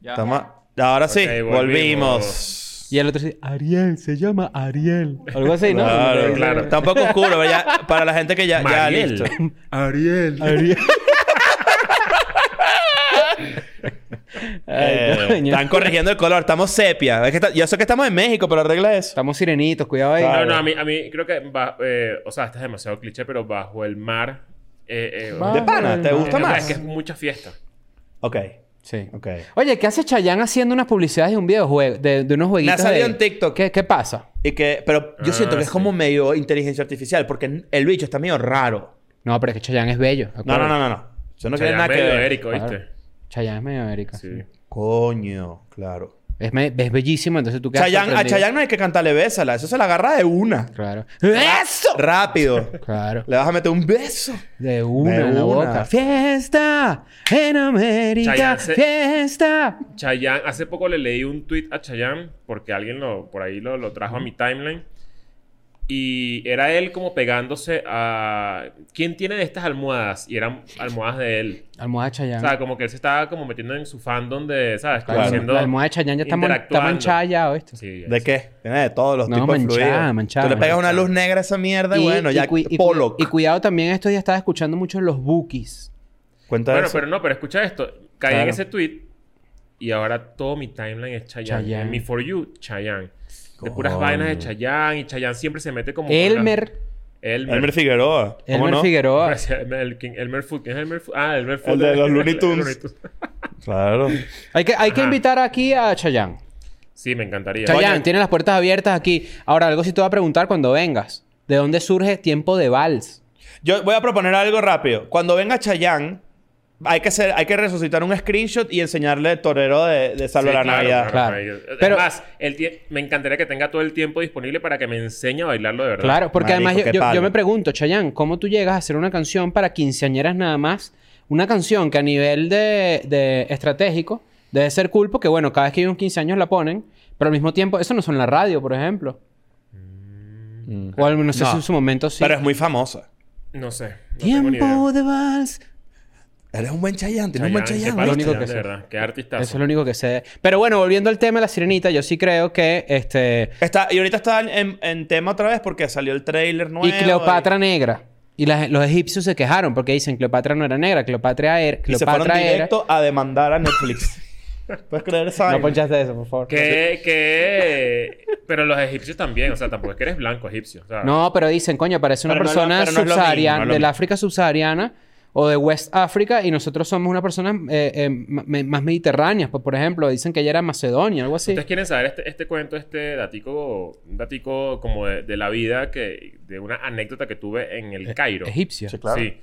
Speaker 4: Ya.
Speaker 3: Estamos- Ahora sí,
Speaker 2: Ok,
Speaker 3: volvimos.
Speaker 2: volvimos.
Speaker 1: Y el otro dice, Ariel, se llama Ariel. Algo así, ¿no?
Speaker 3: Claro, claro.
Speaker 2: claro.
Speaker 3: Está un poco oscuro, pero ya, para la gente que ya, ya
Speaker 2: Mariel.
Speaker 3: listo.
Speaker 2: Ariel.
Speaker 1: Ay,
Speaker 3: Eh,
Speaker 1: coño.
Speaker 3: están corrigiendo el color, estamos sepia. Es que está- yo sé que estamos en México, pero arregla eso.
Speaker 1: Estamos sirenitos, cuidado ahí.
Speaker 3: Claro.
Speaker 2: No, no, a mí, a mí creo que, ba- eh, o sea, este es demasiado cliché, pero bajo el mar. Eh, eh,
Speaker 1: Va-
Speaker 3: De pana, ¿te
Speaker 1: Ay,
Speaker 3: gusta
Speaker 2: no,
Speaker 3: más?
Speaker 2: Es que es mucha fiesta.
Speaker 3: Ok,
Speaker 1: Sí.
Speaker 3: ok.
Speaker 1: Oye, ¿qué hace Chayanne haciendo unas publicidades de un videojuego? De, de unos jueguitos
Speaker 3: Me ha salido
Speaker 1: de-
Speaker 3: en TikTok.
Speaker 1: ¿Qué, qué pasa?
Speaker 3: Y que, pero yo
Speaker 2: Ah,
Speaker 3: siento que es
Speaker 2: sí.
Speaker 3: como medio inteligencia artificial, porque el bicho está medio raro.
Speaker 1: No, pero es que Chayanne es bello.
Speaker 3: No, no, no, no, no. Eso no
Speaker 2: No
Speaker 3: tiene nada que ver.
Speaker 2: Eric, ¿oíste?
Speaker 1: Chayanne es medio América.
Speaker 2: Sí.
Speaker 3: Coño, claro.
Speaker 1: Es, me- es bellísimo, entonces tú quedas
Speaker 3: Chayanne- a
Speaker 1: sorprendido.
Speaker 3: Chayanne no hay que cantarle bésala. Eso se la agarra de una.
Speaker 1: Claro. ¡Eso!
Speaker 3: Rápido.
Speaker 1: Claro.
Speaker 3: Le vas a meter un beso.
Speaker 1: De una
Speaker 3: De
Speaker 1: en la
Speaker 3: una.
Speaker 1: boca. ¡Fiesta! ¡En América!
Speaker 2: Chayanne se-
Speaker 1: ¡Fiesta!
Speaker 2: Chayanne, hace poco le leí un tweet a Chayanne porque alguien lo, por ahí lo, lo trajo a mi timeline. Y era él como pegándose a... ¿Quién tiene de estas almohadas? Y eran almohadas de él.
Speaker 1: Almohada
Speaker 2: O
Speaker 1: Chayanne.
Speaker 2: sea, como que él se estaba como metiendo en su fandom de, ¿sabes? Como
Speaker 1: Claro.
Speaker 2: haciendo-
Speaker 1: La almohada de Chayanne ya está, mon- está
Speaker 2: interactuando.
Speaker 1: manchada ya, ¿oíste?
Speaker 2: Sí, ya
Speaker 3: ¿De
Speaker 2: sé.
Speaker 3: qué? Tiene de todos los
Speaker 1: No,
Speaker 3: tipos de
Speaker 1: manchada,
Speaker 3: fluidos.
Speaker 1: manchada,
Speaker 3: Tú le pegas una
Speaker 1: manchada.
Speaker 3: luz negra a esa mierda y, bueno, ya
Speaker 1: cui- y cui-
Speaker 3: Pollock.
Speaker 1: y cuidado también, estos días estaba escuchando mucho los bookies.
Speaker 3: Cuenta
Speaker 2: Bueno,
Speaker 3: eso.
Speaker 2: pero no, pero escucha esto. Caí en
Speaker 3: Claro.
Speaker 2: ese tweet y ahora todo mi timeline es Chayanne.
Speaker 1: Chayanne.
Speaker 2: En mi For You, Chayanne. De puras
Speaker 3: Coño.
Speaker 2: vainas de Chayanne y Chayanne siempre se mete como... con la-
Speaker 1: Elmer.
Speaker 2: Elmer.
Speaker 3: Elmer Figueroa. ¿Cómo
Speaker 1: Elmer
Speaker 3: no?
Speaker 1: Figueroa.
Speaker 2: Elmer, el King- Elmer Food. ¿Quién es Elmer Food? Ah, Elmer Food.
Speaker 3: El de los Looney Tunes. Claro.
Speaker 1: Hay que, hay que
Speaker 2: Ajá.
Speaker 1: invitar aquí a Chayanne.
Speaker 2: Sí, me encantaría.
Speaker 1: Chayanne, tiene las puertas abiertas aquí. Ahora, algo sí te voy a preguntar cuando vengas. ¿De dónde surge Tiempo de Vals?
Speaker 3: Yo voy a proponer algo rápido. Cuando venga Chayanne, hay que, hacer, hay que resucitar un screenshot y enseñarle el torero de, de Salva
Speaker 2: Sí,
Speaker 3: la
Speaker 2: claro,
Speaker 3: Navidad.
Speaker 1: Claro. Pero-
Speaker 2: Pero, Además, el tie- me encantaría que tenga todo el tiempo disponible para que me enseñe a bailarlo de verdad.
Speaker 1: Claro, porque
Speaker 3: Marico,
Speaker 1: además yo-
Speaker 3: qué
Speaker 1: yo, yo
Speaker 3: palo.
Speaker 1: me pregunto, Chayanne, ¿cómo tú llegas a hacer una canción para quinceañeras nada más? Una canción que a nivel de, de estratégico Debe ser cool porque, bueno, cada vez que hay unos 15 años la ponen, pero al mismo tiempo, eso no son la radio, por ejemplo. O al menos
Speaker 3: No.
Speaker 1: eso en su momento sí.
Speaker 3: Pero es muy famosa.
Speaker 2: No sé. No tengo ni idea.
Speaker 1: Tiempo de vals.
Speaker 3: Eres un buen Chayanne, tienes un buen
Speaker 2: Chayanne,
Speaker 3: Chayanne.
Speaker 2: qué
Speaker 1: palo.
Speaker 2: palo
Speaker 1: Lo único
Speaker 2: Chayanne,
Speaker 1: que
Speaker 2: de
Speaker 1: sé.
Speaker 2: verdad. Qué artista.
Speaker 1: Eso es lo único que sé. Pero bueno, volviendo al tema de la sirenita, yo sí creo que este.
Speaker 3: Está, y ahorita está en, en tema otra vez porque salió el trailer nuevo. eh.
Speaker 1: Y Cleopatra negra. Y la- los egipcios se quejaron porque dicen Cleopatra no era negra, Cleopatra era.
Speaker 3: Y, y se fueron
Speaker 1: Cleopatra era.
Speaker 3: directo a demandar a Netflix. ¿Puedes creer esa
Speaker 1: No pues
Speaker 3: vaina?
Speaker 1: ponchaste eso, por favor.
Speaker 2: Que, que... Pero los egipcios también. O sea, tampoco es que eres blanco egipcio. o sea,
Speaker 1: No, pero dicen, coño, parece una
Speaker 3: Pero no es lo-
Speaker 1: persona
Speaker 3: pero no es lo
Speaker 1: subsahariana,
Speaker 3: mismo, no es lo
Speaker 1: del
Speaker 3: mismo.
Speaker 1: África subsahariana o de West África, y nosotros somos una persona eh, eh, ma- me- más mediterránea. Pues, por ejemplo, dicen que ella era macedonia, algo así.
Speaker 2: Ustedes quieren saber este, este cuento, este datico, un datico como de, de la vida, que, de una anécdota que tuve en
Speaker 1: Eh,
Speaker 2: el Cairo.
Speaker 1: Egipcia.
Speaker 3: Sí, claro.
Speaker 2: Sí.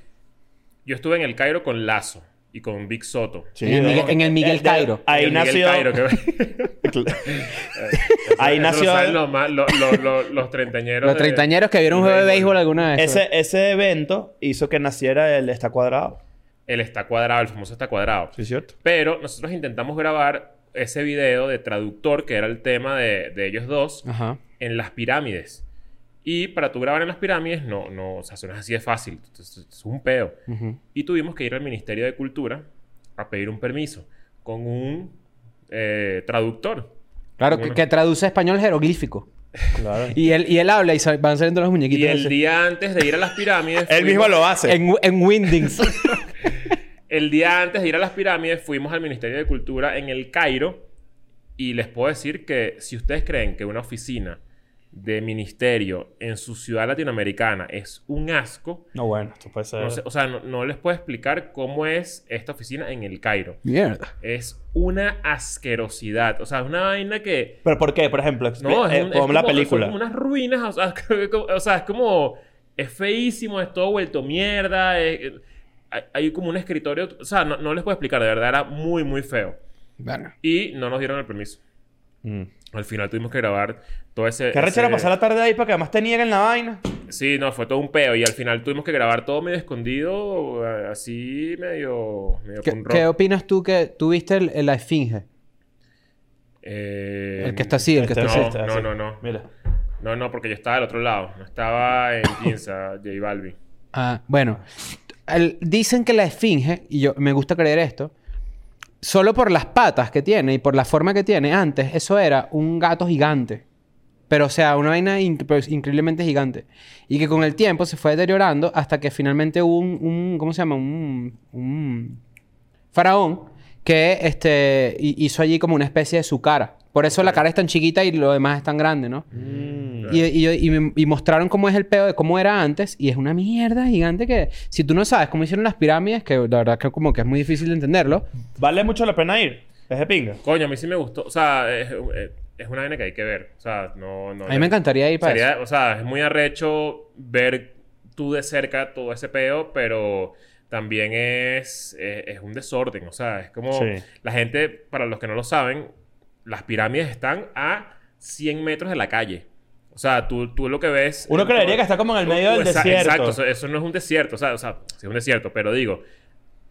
Speaker 2: Yo estuve en el Cairo con Lazo y con Big Soto.
Speaker 3: Sí,
Speaker 1: en, el
Speaker 3: de-
Speaker 1: Miguel, en el Miguel
Speaker 3: de-
Speaker 1: Cairo.
Speaker 3: Ahí
Speaker 2: En el Miguel
Speaker 3: nació.
Speaker 2: Cairo, que-
Speaker 3: Ahí
Speaker 2: Eso
Speaker 3: nació-
Speaker 2: Lo saben los, más- lo- lo- lo- los treintañeros.
Speaker 1: Los
Speaker 2: de-
Speaker 1: treintañeros que vieron un juego de béisbol alguna vez.
Speaker 3: ese, ese evento hizo que naciera el Está Cuadrado.
Speaker 2: El está cuadrado, el famoso está cuadrado.
Speaker 3: Sí, cierto.
Speaker 2: Pero nosotros intentamos grabar ese video de traductor, que era el tema de, de ellos dos,
Speaker 3: Ah.
Speaker 1: Ajá.
Speaker 2: en las pirámides. Y para tú grabar en las pirámides, no, no, o sea, eso no es así de fácil. Es, es un peo.
Speaker 1: Ujú.
Speaker 2: Y tuvimos que ir al Ministerio de Cultura a pedir un permiso con un eh, traductor.
Speaker 1: Claro, que,
Speaker 2: Bueno.
Speaker 1: que traduce a español jeroglífico.
Speaker 3: Claro.
Speaker 1: Y él, y él habla y sa- van saliendo los
Speaker 2: Y
Speaker 1: muñequitos.
Speaker 2: el
Speaker 1: así.
Speaker 2: día antes de ir a las pirámides.
Speaker 3: Él
Speaker 2: fuimos-
Speaker 3: mismo lo hace.
Speaker 1: en, en Windings.
Speaker 2: El día antes de ir a las pirámides fuimos al Ministerio de Cultura en el Cairo y les puedo decir que si ustedes creen que una oficina de ministerio en su ciudad latinoamericana es un asco,
Speaker 3: No, bueno, esto puede ser.
Speaker 2: no sé- o sea, no, no les puedo explicar cómo es esta oficina en el Cairo.
Speaker 1: Mierda.
Speaker 2: Es una asquerosidad, o sea, es una vaina que...
Speaker 3: ¿Pero por qué? Por ejemplo,
Speaker 2: No,
Speaker 3: expli-
Speaker 2: es,
Speaker 3: eh,
Speaker 2: un- es
Speaker 3: pon la
Speaker 2: como- son
Speaker 3: película.
Speaker 2: como unas ruinas, o sea, como- o sea, es como... Es feísimo, es todo vuelto mierda, es- hay, hay como un escritorio, o sea, no, no les puedo explicar, de verdad era muy, muy feo.
Speaker 1: Bueno.
Speaker 2: Y no nos dieron el permiso.
Speaker 3: Mm.
Speaker 2: Al final tuvimos que grabar todo ese...
Speaker 3: Qué rechera
Speaker 2: ese-
Speaker 3: pasar la tarde ahí para que además te nieguen la vaina.
Speaker 2: Sí, no, fue todo un peo. Y al final tuvimos que grabar todo medio escondido, eh, así medio... medio
Speaker 1: ¿Qué,
Speaker 2: punk rock.
Speaker 1: qué opinas tú que tuviste el, el- la esfinge?
Speaker 2: Eh,
Speaker 1: El que está así, el que
Speaker 3: Este,
Speaker 1: está así.
Speaker 2: no, no,
Speaker 3: así.
Speaker 2: no, no.
Speaker 3: Mira.
Speaker 2: No, no, porque yo estaba al otro lado. No estaba en Pinza, J Balvin.
Speaker 1: Ah, bueno. El- dicen que la esfinge, y yo me gusta creer esto, solo por las patas que tiene y por la forma que tiene antes, eso era un gato gigante. Pero, o sea, una vaina inc- pero es increíblemente gigante. Y que con el tiempo se fue deteriorando hasta que finalmente hubo un... un- ¿Cómo se llama? Un, un faraón que este, hi- hizo allí como una especie de su cara. Por eso la cara es tan chiquita y lo demás es tan grande, ¿no? Y, y yo- y me- y mostraron cómo es el pedo de cómo era antes. Y es una mierda gigante que... Si tú no sabes cómo hicieron las pirámides, que la verdad que como que es muy difícil de entenderlo.
Speaker 3: Vale mucho la pena ir. Es de pinga.
Speaker 2: Coño, a mí sí me gustó. O sea, es, eh, es una vaina que hay que ver. O sea, no... no
Speaker 1: A mí me encantaría ir para
Speaker 2: Sería-
Speaker 1: eso.
Speaker 2: o sea, es muy arrecho ver tú de cerca todo ese peo, pero también es, es, es un desorden. O sea, es como
Speaker 3: Sí.
Speaker 2: la gente, para los que no lo saben, las pirámides están a 100 metros de la calle. O sea, tú, tú lo que ves...
Speaker 3: Uno
Speaker 2: eh,
Speaker 3: creería
Speaker 2: tú-
Speaker 3: que está como en el
Speaker 2: tú-
Speaker 3: medio
Speaker 2: tú-
Speaker 3: del
Speaker 2: exa-
Speaker 3: desierto.
Speaker 2: Exacto, eso, eso no es un desierto. O sea, o sea, sí es un desierto, pero digo,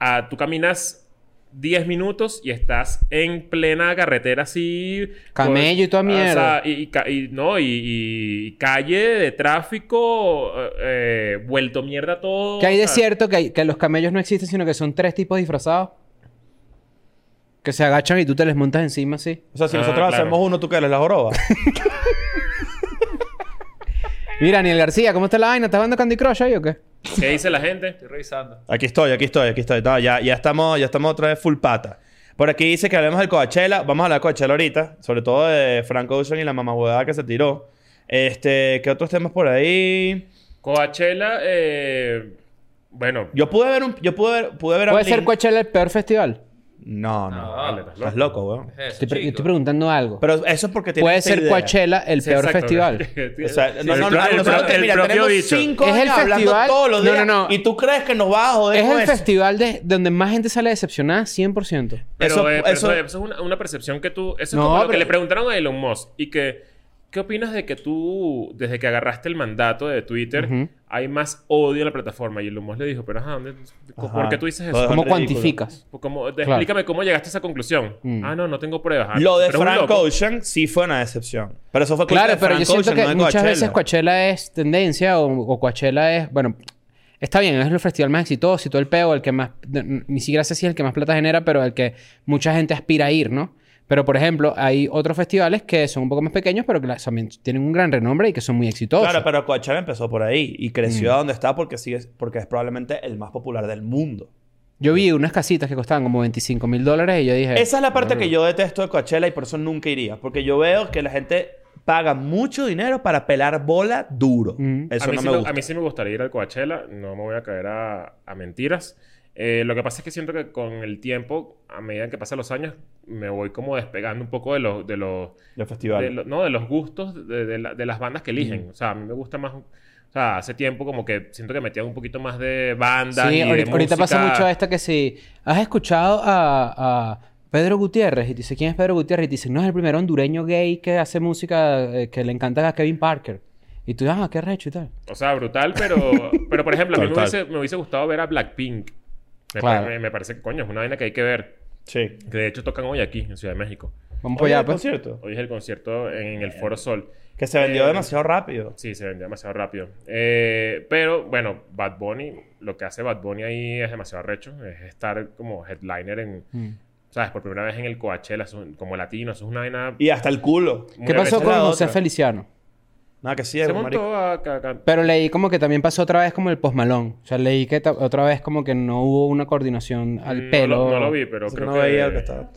Speaker 2: ah, tú caminas 10 minutos y estás en plena carretera así.
Speaker 1: Camello y toda mierda.
Speaker 2: O sea, y, y ca- y no, y, y calle de tráfico eh, eh, vuelto mierda todo.
Speaker 1: Que hay
Speaker 2: o sea,
Speaker 1: desierto, que, hay- que los camellos no existen, sino que son tres tipos disfrazados. Que se agachan y tú te les montas encima así.
Speaker 3: O sea, si
Speaker 2: Ah,
Speaker 3: nosotros
Speaker 2: claro.
Speaker 3: hacemos uno, tú que eres la joroba.
Speaker 1: Mira, Daniel García, ¿cómo está la vaina? ¿Estás jugando Candy Crush ahí o qué?
Speaker 2: ¿Qué dice la gente?
Speaker 4: Estoy revisando.
Speaker 3: Aquí estoy, aquí estoy, aquí estoy. No, ya, ya, estamos, ya estamos otra vez full pata. Por aquí dice que hablemos del Coachella. Vamos a hablar de Coachella ahorita. Sobre todo de Frank Ocean y la mamahuevada que se tiró. Este, ¿qué otros temas por ahí?
Speaker 2: Coachella, eh, bueno.
Speaker 3: Yo pude ver un... Yo pude ver... Pude ver a
Speaker 1: ¿Puede
Speaker 3: Blink.
Speaker 1: ser Coachella el peor festival?
Speaker 3: No, no.
Speaker 4: No,
Speaker 2: Ah, vale, estás
Speaker 3: Estás loco, weón.
Speaker 4: Es eso,
Speaker 1: Estoy, pre- yo
Speaker 4: chico.
Speaker 1: estoy preguntando algo.
Speaker 3: Pero eso es porque tienes
Speaker 1: ¿Puede
Speaker 3: esa
Speaker 1: ser
Speaker 3: idea.
Speaker 1: Coachella el
Speaker 2: Sí,
Speaker 1: peor
Speaker 2: exacto.
Speaker 1: festival?
Speaker 3: O sea, no,
Speaker 2: El
Speaker 3: no,
Speaker 2: pro-
Speaker 3: no,
Speaker 2: el
Speaker 3: nosotros
Speaker 2: pro- el
Speaker 3: mira,
Speaker 2: propio
Speaker 3: tenemos
Speaker 2: dicho.
Speaker 3: cinco
Speaker 1: Es el
Speaker 3: años hablando
Speaker 1: festival-
Speaker 3: todos los
Speaker 1: no,
Speaker 3: días.
Speaker 1: no, no.
Speaker 3: Y tú crees que nos vas a joder
Speaker 1: Es
Speaker 3: con
Speaker 1: el
Speaker 3: eso.
Speaker 1: festival de, donde más gente sale decepcionada 100%.
Speaker 2: Pero
Speaker 3: Eso-
Speaker 2: eh, pero
Speaker 3: eso-
Speaker 2: eso, eso es una, una percepción que tú... Eso es
Speaker 1: No,
Speaker 2: como lo que
Speaker 1: pero-
Speaker 2: le preguntaron a Elon Musk. Y que... ¿Qué opinas de que tú, desde que agarraste el mandato de Twitter,
Speaker 1: Ujú.
Speaker 2: hay más odio en la plataforma? Y el humor le dijo, pero ajá, ¿dónde- ¿por
Speaker 3: Ajá.
Speaker 2: qué tú dices
Speaker 3: Todo
Speaker 2: eso?
Speaker 3: es
Speaker 1: ¿Cómo
Speaker 3: ridículo.
Speaker 1: cuantificas?
Speaker 2: ¿Cómo-
Speaker 1: Claro.
Speaker 2: Explícame cómo llegaste a esa conclusión.
Speaker 1: Mm.
Speaker 2: Ah, no, no tengo pruebas. Ah,
Speaker 3: Lo de
Speaker 2: pero es un
Speaker 3: Frank
Speaker 2: loco.
Speaker 3: Ocean sí fue una decepción. Pero eso fue culpa
Speaker 1: Claro,
Speaker 3: de
Speaker 1: pero
Speaker 3: Frank
Speaker 1: yo siento
Speaker 3: Ocean,
Speaker 1: que
Speaker 3: no de
Speaker 1: muchas
Speaker 3: Coachella.
Speaker 1: veces Coachella es tendencia o, o Coachella es... Bueno, está bien, es el festival más exitoso y todo el peo, el que más... n- Ni siquiera sé si es el que más plata genera, pero el que mucha gente aspira a ir, ¿no? Pero, por ejemplo, hay otros festivales que son un poco más pequeños, pero que la- también tienen un gran renombre y que son muy exitosos.
Speaker 3: Claro, pero Coachella empezó por ahí y
Speaker 1: Mm.
Speaker 3: creció a donde está porque sigue, porque es probablemente el más popular del mundo.
Speaker 1: Yo vi unas casitas que costaban como 25 mil dólares y yo dije...
Speaker 3: Esa es la parte que yo detesto de Coachella y por eso nunca iría. Porque yo veo que la gente paga mucho dinero para pelar bola duro.
Speaker 1: Mm.
Speaker 3: Eso
Speaker 2: a mí
Speaker 3: no
Speaker 2: sí
Speaker 3: me
Speaker 2: me-
Speaker 3: gusta.
Speaker 2: A mí sí me gustaría ir al Coachella. No me voy a caer a, a mentiras. Eh, lo que pasa es que siento que con el tiempo, a medida que pasan los años, me voy como despegando un poco de los... De los
Speaker 3: Los festivales.
Speaker 2: de lo- no, de los gustos de, de la- de las bandas que eligen. O sea, a mí me gusta más... O sea, hace tiempo como que siento que metía un poquito más de banda
Speaker 1: Sí,
Speaker 2: y de
Speaker 1: ahorita, ahorita pasa
Speaker 2: música.
Speaker 1: mucho esto que si has escuchado a, a Pedro Gutiérrez y te dice quién es Pedro Gutiérrez y te dicen, no, es el primer hondureño gay que hace música eh, que le encanta a Kevin Parker. Y tú, ah, qué recho y tal.
Speaker 2: O sea, brutal, pero... pero, por ejemplo, a mí me
Speaker 3: Total.
Speaker 2: hubiese, me hubiese gustado ver a Blackpink. Me,
Speaker 1: Claro.
Speaker 2: pare- me- me parece que, coño, es una vaina que hay que ver.
Speaker 3: Sí.
Speaker 2: Que de hecho tocan hoy aquí, en Ciudad de México.
Speaker 1: Vamos
Speaker 3: Oye,
Speaker 1: para allá,
Speaker 3: el
Speaker 1: pues.
Speaker 3: concierto.
Speaker 2: Hoy es el concierto en el Foro Sol.
Speaker 3: Que se vendió
Speaker 2: Eh,
Speaker 3: demasiado rápido.
Speaker 2: Sí, se vendió demasiado rápido. Eh, pero bueno, Bad Bunny, lo que hace Bad Bunny ahí es demasiado recho. Es estar como headliner en,
Speaker 1: Mm.
Speaker 2: ¿sabes? Por primera vez en el Coachella, eso es un- como latino, eso es una vaina.
Speaker 3: Y hasta el culo.
Speaker 2: muy
Speaker 1: ¿Qué pasó
Speaker 2: arrecha.
Speaker 1: con
Speaker 3: la
Speaker 1: José
Speaker 3: otra.
Speaker 1: Feliciano?
Speaker 3: Nada, que sí,
Speaker 2: Se
Speaker 3: algún marico.
Speaker 2: montó a, ca- ca-
Speaker 1: Pero leí como que también pasó otra vez como el posmalón. O sea, leí que ta- otra vez como que no hubo una coordinación al
Speaker 2: Mm, no
Speaker 1: pelo.
Speaker 2: Lo, no lo vi, pero
Speaker 3: Eso
Speaker 2: creo
Speaker 3: no
Speaker 2: que,
Speaker 3: veía lo que estaba.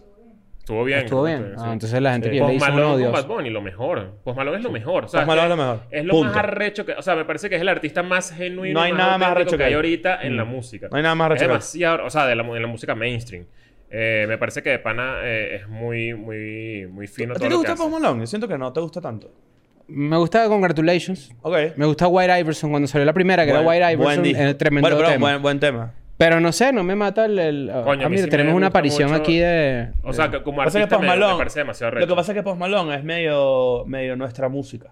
Speaker 2: estuvo bien.
Speaker 1: Estuvo
Speaker 2: creo que
Speaker 1: bien.
Speaker 2: sí.
Speaker 1: Ah, entonces la gente
Speaker 3: Sí.
Speaker 1: que
Speaker 2: Post
Speaker 1: le hizo un
Speaker 2: Malone
Speaker 1: odio.
Speaker 2: con Bad Bunny, lo mejor. Post Malone es lo mejor. O sea,
Speaker 3: Post Malone es lo mejor.
Speaker 2: Es lo más
Speaker 3: Punto.
Speaker 2: arrecho que... O sea, me parece que es el artista más genuino
Speaker 3: No hay nada más
Speaker 2: auténtico
Speaker 3: arrecho
Speaker 2: que
Speaker 3: que
Speaker 2: hay
Speaker 3: él. Mm.
Speaker 2: ahorita en la música.
Speaker 3: No hay nada más arrecho
Speaker 2: Es
Speaker 3: que él.
Speaker 2: demasiado... O sea, de la, mu- de la música mainstream. Eh, me parece que de pana eh, es muy, muy, muy fino
Speaker 3: ¿A ti te
Speaker 2: todo lo que
Speaker 3: gusta
Speaker 2: hace.
Speaker 3: Post Malone? Yo siento que no te gusta tanto.
Speaker 1: Me gustaba Congratulations.
Speaker 3: Ok.
Speaker 1: Me gustaba White Iverson cuando salió la primera, que
Speaker 3: Buen-
Speaker 1: era White
Speaker 3: buen
Speaker 1: Iverson.
Speaker 3: disco.
Speaker 1: eh, tremendo
Speaker 3: bueno, pero
Speaker 1: tema.
Speaker 3: Buen, buen tema.
Speaker 1: Pero no sé, no me mata el... el-
Speaker 2: Coño,
Speaker 1: ah,
Speaker 2: a mí
Speaker 1: mira,
Speaker 2: sí
Speaker 1: tenemos
Speaker 2: me
Speaker 1: una
Speaker 2: gusta
Speaker 1: aparición
Speaker 2: mucho-
Speaker 1: aquí de...
Speaker 2: O sea, que como
Speaker 3: Pasa que
Speaker 2: artista
Speaker 3: Post
Speaker 2: me,
Speaker 3: Malone-
Speaker 2: me parece demasiado
Speaker 3: Lo
Speaker 2: arrecho.
Speaker 3: que pasa es que Post Malone es medio, medio nuestra música.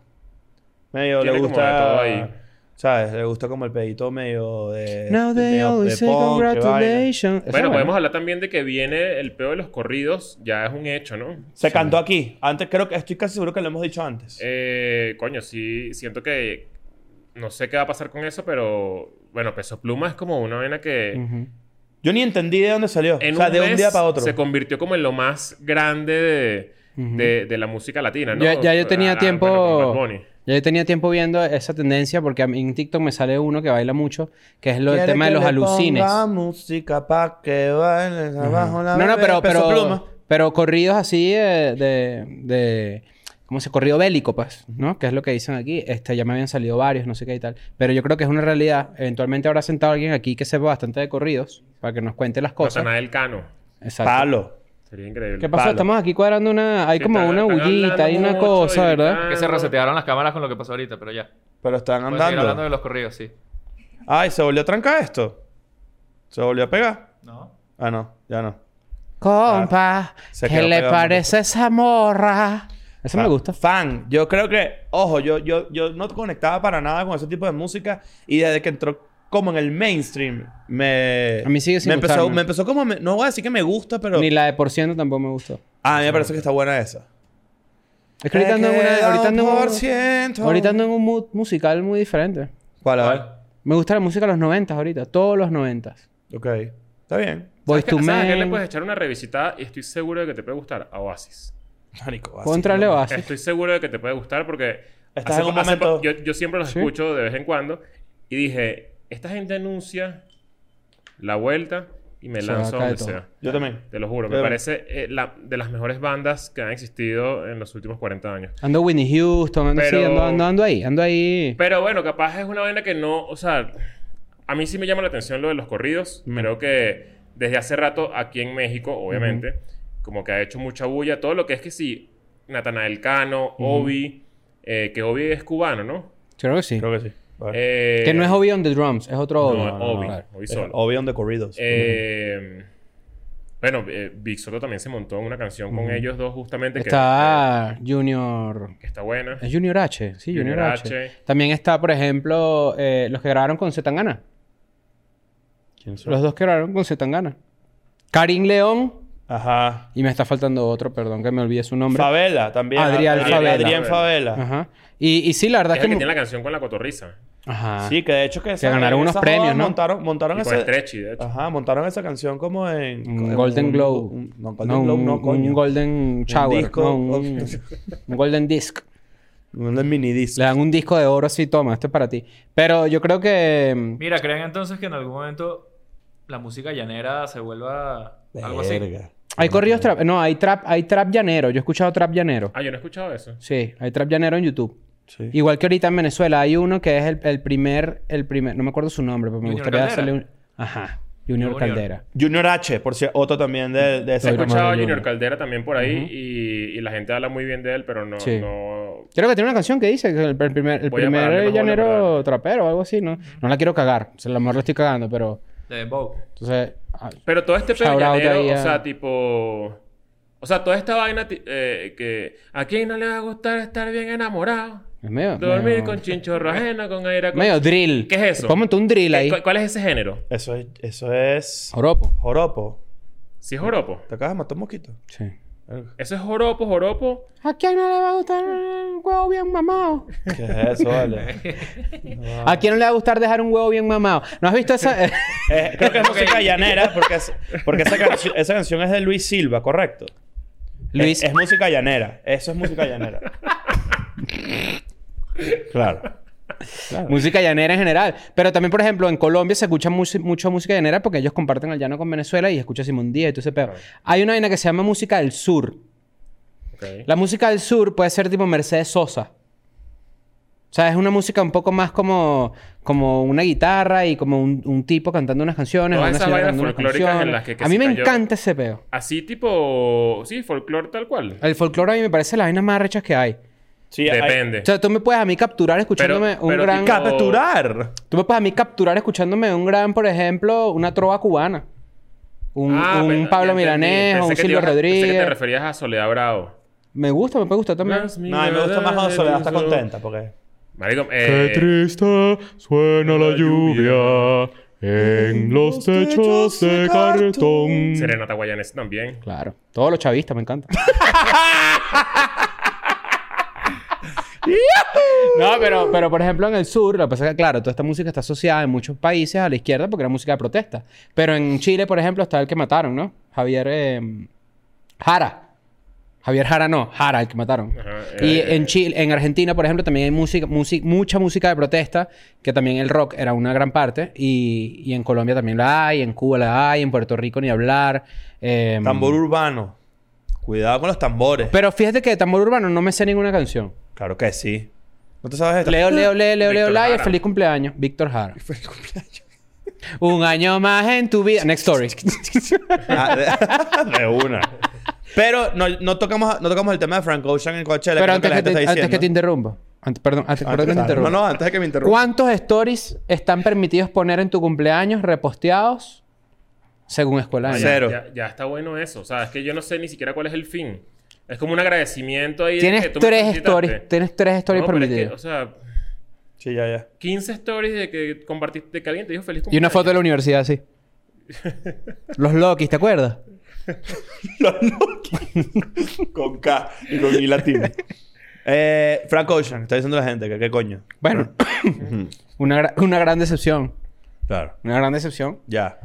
Speaker 3: Medio
Speaker 2: Tiene
Speaker 3: le
Speaker 2: como
Speaker 3: gusta.
Speaker 2: de todo ahí.
Speaker 3: ¿Sabes? Le gusta como el pedito medio de.
Speaker 1: Now they
Speaker 3: medio de
Speaker 1: always say
Speaker 3: punk, de vaina.
Speaker 1: congratulations. Esa
Speaker 2: Bueno,
Speaker 1: vaina.
Speaker 2: podemos hablar también de que viene el peo de los corridos. Ya es un hecho, ¿no?
Speaker 3: Se cantó aquí. Antes creo que estoy casi seguro que lo hemos dicho antes.
Speaker 2: Eh, coño, sí, siento que no sé qué va a pasar con eso, pero bueno, Peso Pluma es como una vena que
Speaker 1: Ujú.
Speaker 3: Yo ni entendí de dónde salió.
Speaker 2: en
Speaker 3: o sea,
Speaker 2: un
Speaker 3: de un
Speaker 2: mes
Speaker 3: día para otro.
Speaker 2: se convirtió como en lo más grande de,
Speaker 1: Ujú.
Speaker 2: de- de la música latina, ¿no?
Speaker 1: Ya- ya yo tenía
Speaker 2: Ah,
Speaker 1: tiempo-
Speaker 2: bueno, con Bad Bunny.
Speaker 1: Ya yo tenía tiempo viendo esa tendencia porque a mí en TikTok me sale uno que baila mucho, que es lo del
Speaker 3: Quiere
Speaker 1: tema de
Speaker 3: que
Speaker 1: los
Speaker 3: le
Speaker 1: alucines.
Speaker 3: ponga música pa' que bailes abajo la
Speaker 1: No, no,
Speaker 3: bebé,
Speaker 1: pero,
Speaker 3: peso
Speaker 1: pero,
Speaker 3: pluma.
Speaker 1: pero corridos así eh, de, de, ¿Cómo se? Corrido bélico, pues, ¿no? Que es lo que dicen aquí. Este, ya me habían salido varios, no sé qué y tal. Pero yo creo que es una realidad. Eventualmente habrá sentado alguien aquí que sepa bastante de corridos para que nos cuente las cosas.
Speaker 2: Natanael Cano.
Speaker 1: Exacto.
Speaker 3: Palo.
Speaker 2: Sería increíble.
Speaker 1: ¿Qué pasó?
Speaker 3: Palo.
Speaker 1: Estamos aquí cuadrando una... Hay
Speaker 2: Sí,
Speaker 1: como
Speaker 2: están-
Speaker 1: una
Speaker 2: están hablando
Speaker 1: bullita, hay una
Speaker 2: mucho
Speaker 1: cosa,
Speaker 2: y
Speaker 1: ¿verdad?
Speaker 2: tal.
Speaker 4: Que se resetearon las cámaras con lo que pasó ahorita, pero ya.
Speaker 3: Pero están
Speaker 4: Puedes seguir hablando de
Speaker 3: andando.
Speaker 4: los corridos, sí.
Speaker 3: Ay, se volvió a trancar esto. Se volvió a pegar.
Speaker 4: No.
Speaker 3: Ah, no, ya no.
Speaker 1: Compa,
Speaker 3: Se
Speaker 1: ¿qué
Speaker 3: quedó
Speaker 1: le
Speaker 3: pegado
Speaker 1: parece esa morra?
Speaker 2: Ah.
Speaker 1: Eso me
Speaker 3: Fa-
Speaker 1: gusta.
Speaker 3: Fan. Yo creo que, ojo, yo, yo, yo no conectaba para nada con ese tipo de música y desde que entró como en el mainstream, me.
Speaker 1: A mí sigue sin
Speaker 3: me empezó,
Speaker 1: gustarme.
Speaker 3: me empezó como. me- no voy a decir que me gusta, pero.
Speaker 1: Ni la de por ciento tampoco me gustó.
Speaker 3: Ah, a mí me parece que está buena esa.
Speaker 1: Es que ahorita ando en
Speaker 3: Me
Speaker 1: una-
Speaker 3: queda
Speaker 1: ahorita ando en
Speaker 3: un
Speaker 1: un-
Speaker 3: por ciento.
Speaker 1: ahorita ando en un mood musical muy diferente.
Speaker 3: ¿Cuál? A ver.
Speaker 1: Me gusta la música de los 90 ahorita, todos los 90.
Speaker 3: Ok. Está bien.
Speaker 1: Boys
Speaker 2: ¿Sabes
Speaker 1: to
Speaker 2: qué- sabes a qué
Speaker 1: Men.
Speaker 2: le puedes echar una revisitada y estoy seguro de que te puede gustar? A Oasis.
Speaker 3: Marico, así,
Speaker 1: Contrale
Speaker 3: ¿no?
Speaker 1: Oasis.
Speaker 2: Estoy seguro de que te puede gustar porque...
Speaker 3: Estás
Speaker 2: hace
Speaker 3: en un
Speaker 2: po- hace po-
Speaker 3: momento-
Speaker 2: Yo, yo siempre los
Speaker 1: Sí.
Speaker 2: escucho de vez en cuando y dije, esta gente anuncia la vuelta y me
Speaker 1: Se
Speaker 2: lanzo
Speaker 1: acaba
Speaker 2: donde
Speaker 1: de todo.
Speaker 2: sea.
Speaker 3: Yo también.
Speaker 2: Te lo juro, me
Speaker 3: Pero-
Speaker 2: parece eh, la- de las mejores bandas que han existido en los últimos 40 años.
Speaker 1: Ando Whitney Houston, ando
Speaker 2: Pero-
Speaker 1: así, ando, ando, ando ahí, ando ahí.
Speaker 2: Pero bueno, capaz es una vaina que no, o sea, a mí sí me llama la atención lo de los corridos.
Speaker 1: Mm.
Speaker 2: Creo que desde hace rato aquí en México, obviamente, como que ha hecho mucha bulla, todo lo que es que sí, Natanael Cano, Obi, eh, que Obi es cubano, ¿no?
Speaker 1: Creo que sí.
Speaker 3: Creo que sí. A ver.
Speaker 2: Eh,
Speaker 1: Ah. que no es Obi on the Drums, es otro
Speaker 2: no,
Speaker 1: Obi.
Speaker 2: Obi, Eh,
Speaker 3: no, no.
Speaker 2: Obi
Speaker 3: Es
Speaker 2: solo.
Speaker 3: Obvio de corridos.
Speaker 2: Eh, Bueno, eh, Big Soto también se montó en una canción con ellos dos justamente que-
Speaker 1: Está Junior...
Speaker 2: que, que está buena.
Speaker 1: Es Junior H, sí, Junior,
Speaker 2: Junior
Speaker 1: H.
Speaker 2: H.
Speaker 1: También está, por ejemplo, eh, los que grabaron con Zetangana. Los dos que grabaron con Zetangana. Karim León
Speaker 3: Ajá.
Speaker 1: y me está faltando otro, perdón que me olvide su nombre.
Speaker 3: Favela también.
Speaker 1: Adrián Favela.
Speaker 3: Adrián Favela.
Speaker 1: Ajá. Y, y sí, la verdad
Speaker 2: Es
Speaker 1: es
Speaker 2: el que
Speaker 1: que...
Speaker 2: tiene la canción con la cotorriza.
Speaker 1: Ajá.
Speaker 3: Sí, que de hecho que... esa-
Speaker 1: ganaron unos
Speaker 3: esa
Speaker 1: premios,
Speaker 3: joda
Speaker 1: ¿no?
Speaker 3: Montaron, montaron
Speaker 2: Y con
Speaker 3: ese-
Speaker 2: Stretchy, de hecho.
Speaker 1: Ah.
Speaker 3: Ajá, montaron esa canción como en...
Speaker 1: Un
Speaker 3: en
Speaker 1: Golden
Speaker 3: Em, un-
Speaker 1: Globe.
Speaker 3: un- no, Golden Globe no,
Speaker 1: un-
Speaker 3: coño.
Speaker 1: Un Golden Shower.
Speaker 3: disco,
Speaker 1: no, un,
Speaker 3: o-
Speaker 1: un Golden Disc.
Speaker 3: Un mini disc.
Speaker 1: Le dan un disco de oro así, toma, esto es para ti. Pero yo creo que... mm,
Speaker 4: Mira, crean entonces que en algún momento la música llanera se vuelva algo así.
Speaker 3: Verga.
Speaker 1: Hay corridos trap... No, hay trap, hay trap llanero. Yo he escuchado trap llanero.
Speaker 2: Ah, yo no he escuchado eso.
Speaker 1: Sí, hay trap llanero en YouTube.
Speaker 3: Sí.
Speaker 1: Igual que ahorita en Venezuela hay uno que es el, el primer, el primer, no me acuerdo su nombre, pero me
Speaker 4: Junior
Speaker 1: gustaría
Speaker 4: Caldera.
Speaker 1: hacerle un, ajá, Junior,
Speaker 4: Junior.
Speaker 1: Caldera.
Speaker 3: Junior H, por cierto, otro también de, de
Speaker 2: He
Speaker 3: ese
Speaker 1: Pero
Speaker 3: grupo.
Speaker 2: escuchado a
Speaker 1: madre,
Speaker 2: Junior
Speaker 1: yo-
Speaker 2: Caldera también por ahí y, y la gente habla muy bien de él, pero no...
Speaker 1: Sí.
Speaker 2: no...
Speaker 1: Creo que tiene una canción que dice que el, el primer, el
Speaker 2: Voy a pararle
Speaker 1: primer
Speaker 2: más bola,
Speaker 1: llanero
Speaker 2: pero-
Speaker 1: trapero o algo así, ¿no? No la quiero cagar, o sea, a lo mejor la estoy cagando, pero
Speaker 4: De Dembow.
Speaker 1: entonces ah,
Speaker 2: Pero todo este pedo
Speaker 1: Shout out
Speaker 2: llanero,
Speaker 1: ahí
Speaker 2: o
Speaker 1: a-
Speaker 2: sea, tipo... O sea, toda esta vaina ti- eh, que... ¿A quién no le va a gustar estar bien enamorado?
Speaker 1: es medio,
Speaker 2: Dormir
Speaker 1: medio,
Speaker 2: con chinchorro ajeno, con aire... acon-
Speaker 1: medio drill.
Speaker 2: ¿Qué es eso?
Speaker 1: Póngate un drill ahí.
Speaker 2: ¿Cu- ¿Cuál es ese género?
Speaker 3: Eso es, eso es...
Speaker 1: Joropo.
Speaker 3: Joropo.
Speaker 2: Si es joropo.
Speaker 3: ¿Te acabas de matar un mosquito?
Speaker 1: Sí.
Speaker 3: Verga.
Speaker 2: Eso es joropo, joropo.
Speaker 1: ¿A quién no le va a gustar un huevo bien mamado?
Speaker 3: ¿Qué es eso, vale?
Speaker 1: ¿A quién no le va a gustar dejar un huevo bien mamado? ¿No has visto esa?
Speaker 3: Eh, creo que es música llanera porque, es- porque esa, cancio- esa canción es de Luis Silva, ¿correcto?
Speaker 1: Luis,
Speaker 3: Es, es música llanera. Eso es música llanera. claro.
Speaker 1: Música llanera en general. Pero también, por ejemplo, en Colombia se escucha musi- mucho música llanera porque ellos comparten el llano con Venezuela y escucha Simón Díaz y todo ese pedo. Hay una vaina que se llama música del sur.
Speaker 2: Ok.
Speaker 1: La música del sur puede ser tipo Mercedes Sosa. O sea, es una música un poco más como, como una guitarra y como un, un tipo cantando unas canciones.
Speaker 2: Todas
Speaker 1: una
Speaker 2: esas
Speaker 1: señora
Speaker 2: vainas
Speaker 1: cantando unas
Speaker 2: folclóricas en
Speaker 1: canciones.
Speaker 2: las que- que
Speaker 1: a mí
Speaker 2: se
Speaker 1: me
Speaker 2: cayó.
Speaker 1: encanta ese pedo.
Speaker 2: Así tipo... Sí, folclore tal cual.
Speaker 1: El folclore a mí me parece las vainas más rechas que Ah, hay.
Speaker 3: Sí, hay-
Speaker 2: Depende.
Speaker 1: O sea, tú me puedes a mí capturar escuchándome un
Speaker 2: pero
Speaker 1: gran...
Speaker 2: tipo-
Speaker 3: Capturar.
Speaker 1: Tú me puedes a mí capturar escuchándome un gran, por ejemplo, una trova cubana. Un,
Speaker 2: Ah,
Speaker 1: un
Speaker 2: pe- ya
Speaker 1: Pablo
Speaker 2: entendí.
Speaker 1: Milanés,
Speaker 2: Pensé
Speaker 1: un
Speaker 2: que te
Speaker 1: Silvio
Speaker 2: ibas a- Pensé que te
Speaker 1: Rodríguez.
Speaker 2: referías a Soledad Bravo.
Speaker 1: Me gusta, me puede gustar también.
Speaker 3: No, a mí me gusta más cuando Soledad está contenta porque...
Speaker 2: Marico, eh,
Speaker 5: triste suena la lluvia en los techos de cartón.
Speaker 2: Serenata Guayanés también.
Speaker 1: Claro. Todos los chavistas, me encanta. no, pero, pero por ejemplo en el sur, lo que pasa es que, claro, toda esta música está asociada en muchos países a la izquierda porque era música de protesta. Pero en Chile, por ejemplo, está el que mataron, ¿no? Javier eh, Jara. Javier Jara no, Jara, el que mataron.
Speaker 2: Ajá,
Speaker 1: y
Speaker 2: eh,
Speaker 1: en Chile, en Argentina, por ejemplo, también hay música, musi- mucha música de protesta, que también el rock era una gran parte. Y, y en Colombia también la hay, en Cuba la hay, en Puerto Rico ni hablar. Em,
Speaker 3: Tambor urbano. Cuidado con los tambores.
Speaker 1: pero fíjate que de Tambor Urbano no me sé ninguna canción.
Speaker 3: Claro que sí. ¿No te sabes esta?
Speaker 1: Leo, Leo, Leo, Leo, Leo,
Speaker 2: Víctor
Speaker 1: Laya,
Speaker 2: Jara.
Speaker 1: feliz cumpleaños. Víctor Jara. Feliz cumpleaños. Un año más en tu vida. Next story.
Speaker 3: Ah, de, de una. Pero no, no, tocamos, no tocamos el tema de Frank Ocean en Coachella.
Speaker 1: Pero
Speaker 3: es lo
Speaker 1: antes que,
Speaker 3: la gente
Speaker 1: te,
Speaker 3: está
Speaker 1: antes que te
Speaker 3: diciendo.
Speaker 1: interrumpa. Ant- perdón, antes,
Speaker 3: Antes-
Speaker 1: perdón que te interrumpa.
Speaker 3: No, no, antes de que me interrumpa.
Speaker 1: ¿Cuántos stories están permitidos poner en tu cumpleaños reposteados según Escuela de
Speaker 2: ya-
Speaker 1: Año?
Speaker 3: Cero.
Speaker 2: Ya, ya está bueno eso. O sea, es que yo no sé ni siquiera cuál es el fin. Es como un agradecimiento ahí. de que
Speaker 1: Tienes
Speaker 2: tú me
Speaker 1: tres
Speaker 2: felicitaste.
Speaker 1: stories. Tienes tres stories
Speaker 2: No, pero es que,
Speaker 1: permitidas.
Speaker 2: o sea,
Speaker 3: Sí, ya, ya.
Speaker 2: 15 stories de que compartiste, de que alguien te dijo feliz
Speaker 1: Y una
Speaker 2: cumpleaños.
Speaker 1: foto de la universidad, sí. Los Lokis, ¿te acuerdas?
Speaker 3: con K y con I latina. Eh, Frank Ocean, está diciendo la gente que qué coño.
Speaker 1: Bueno, una, gra- una gran decepción.
Speaker 3: Claro.
Speaker 1: Una gran decepción.
Speaker 3: Ya.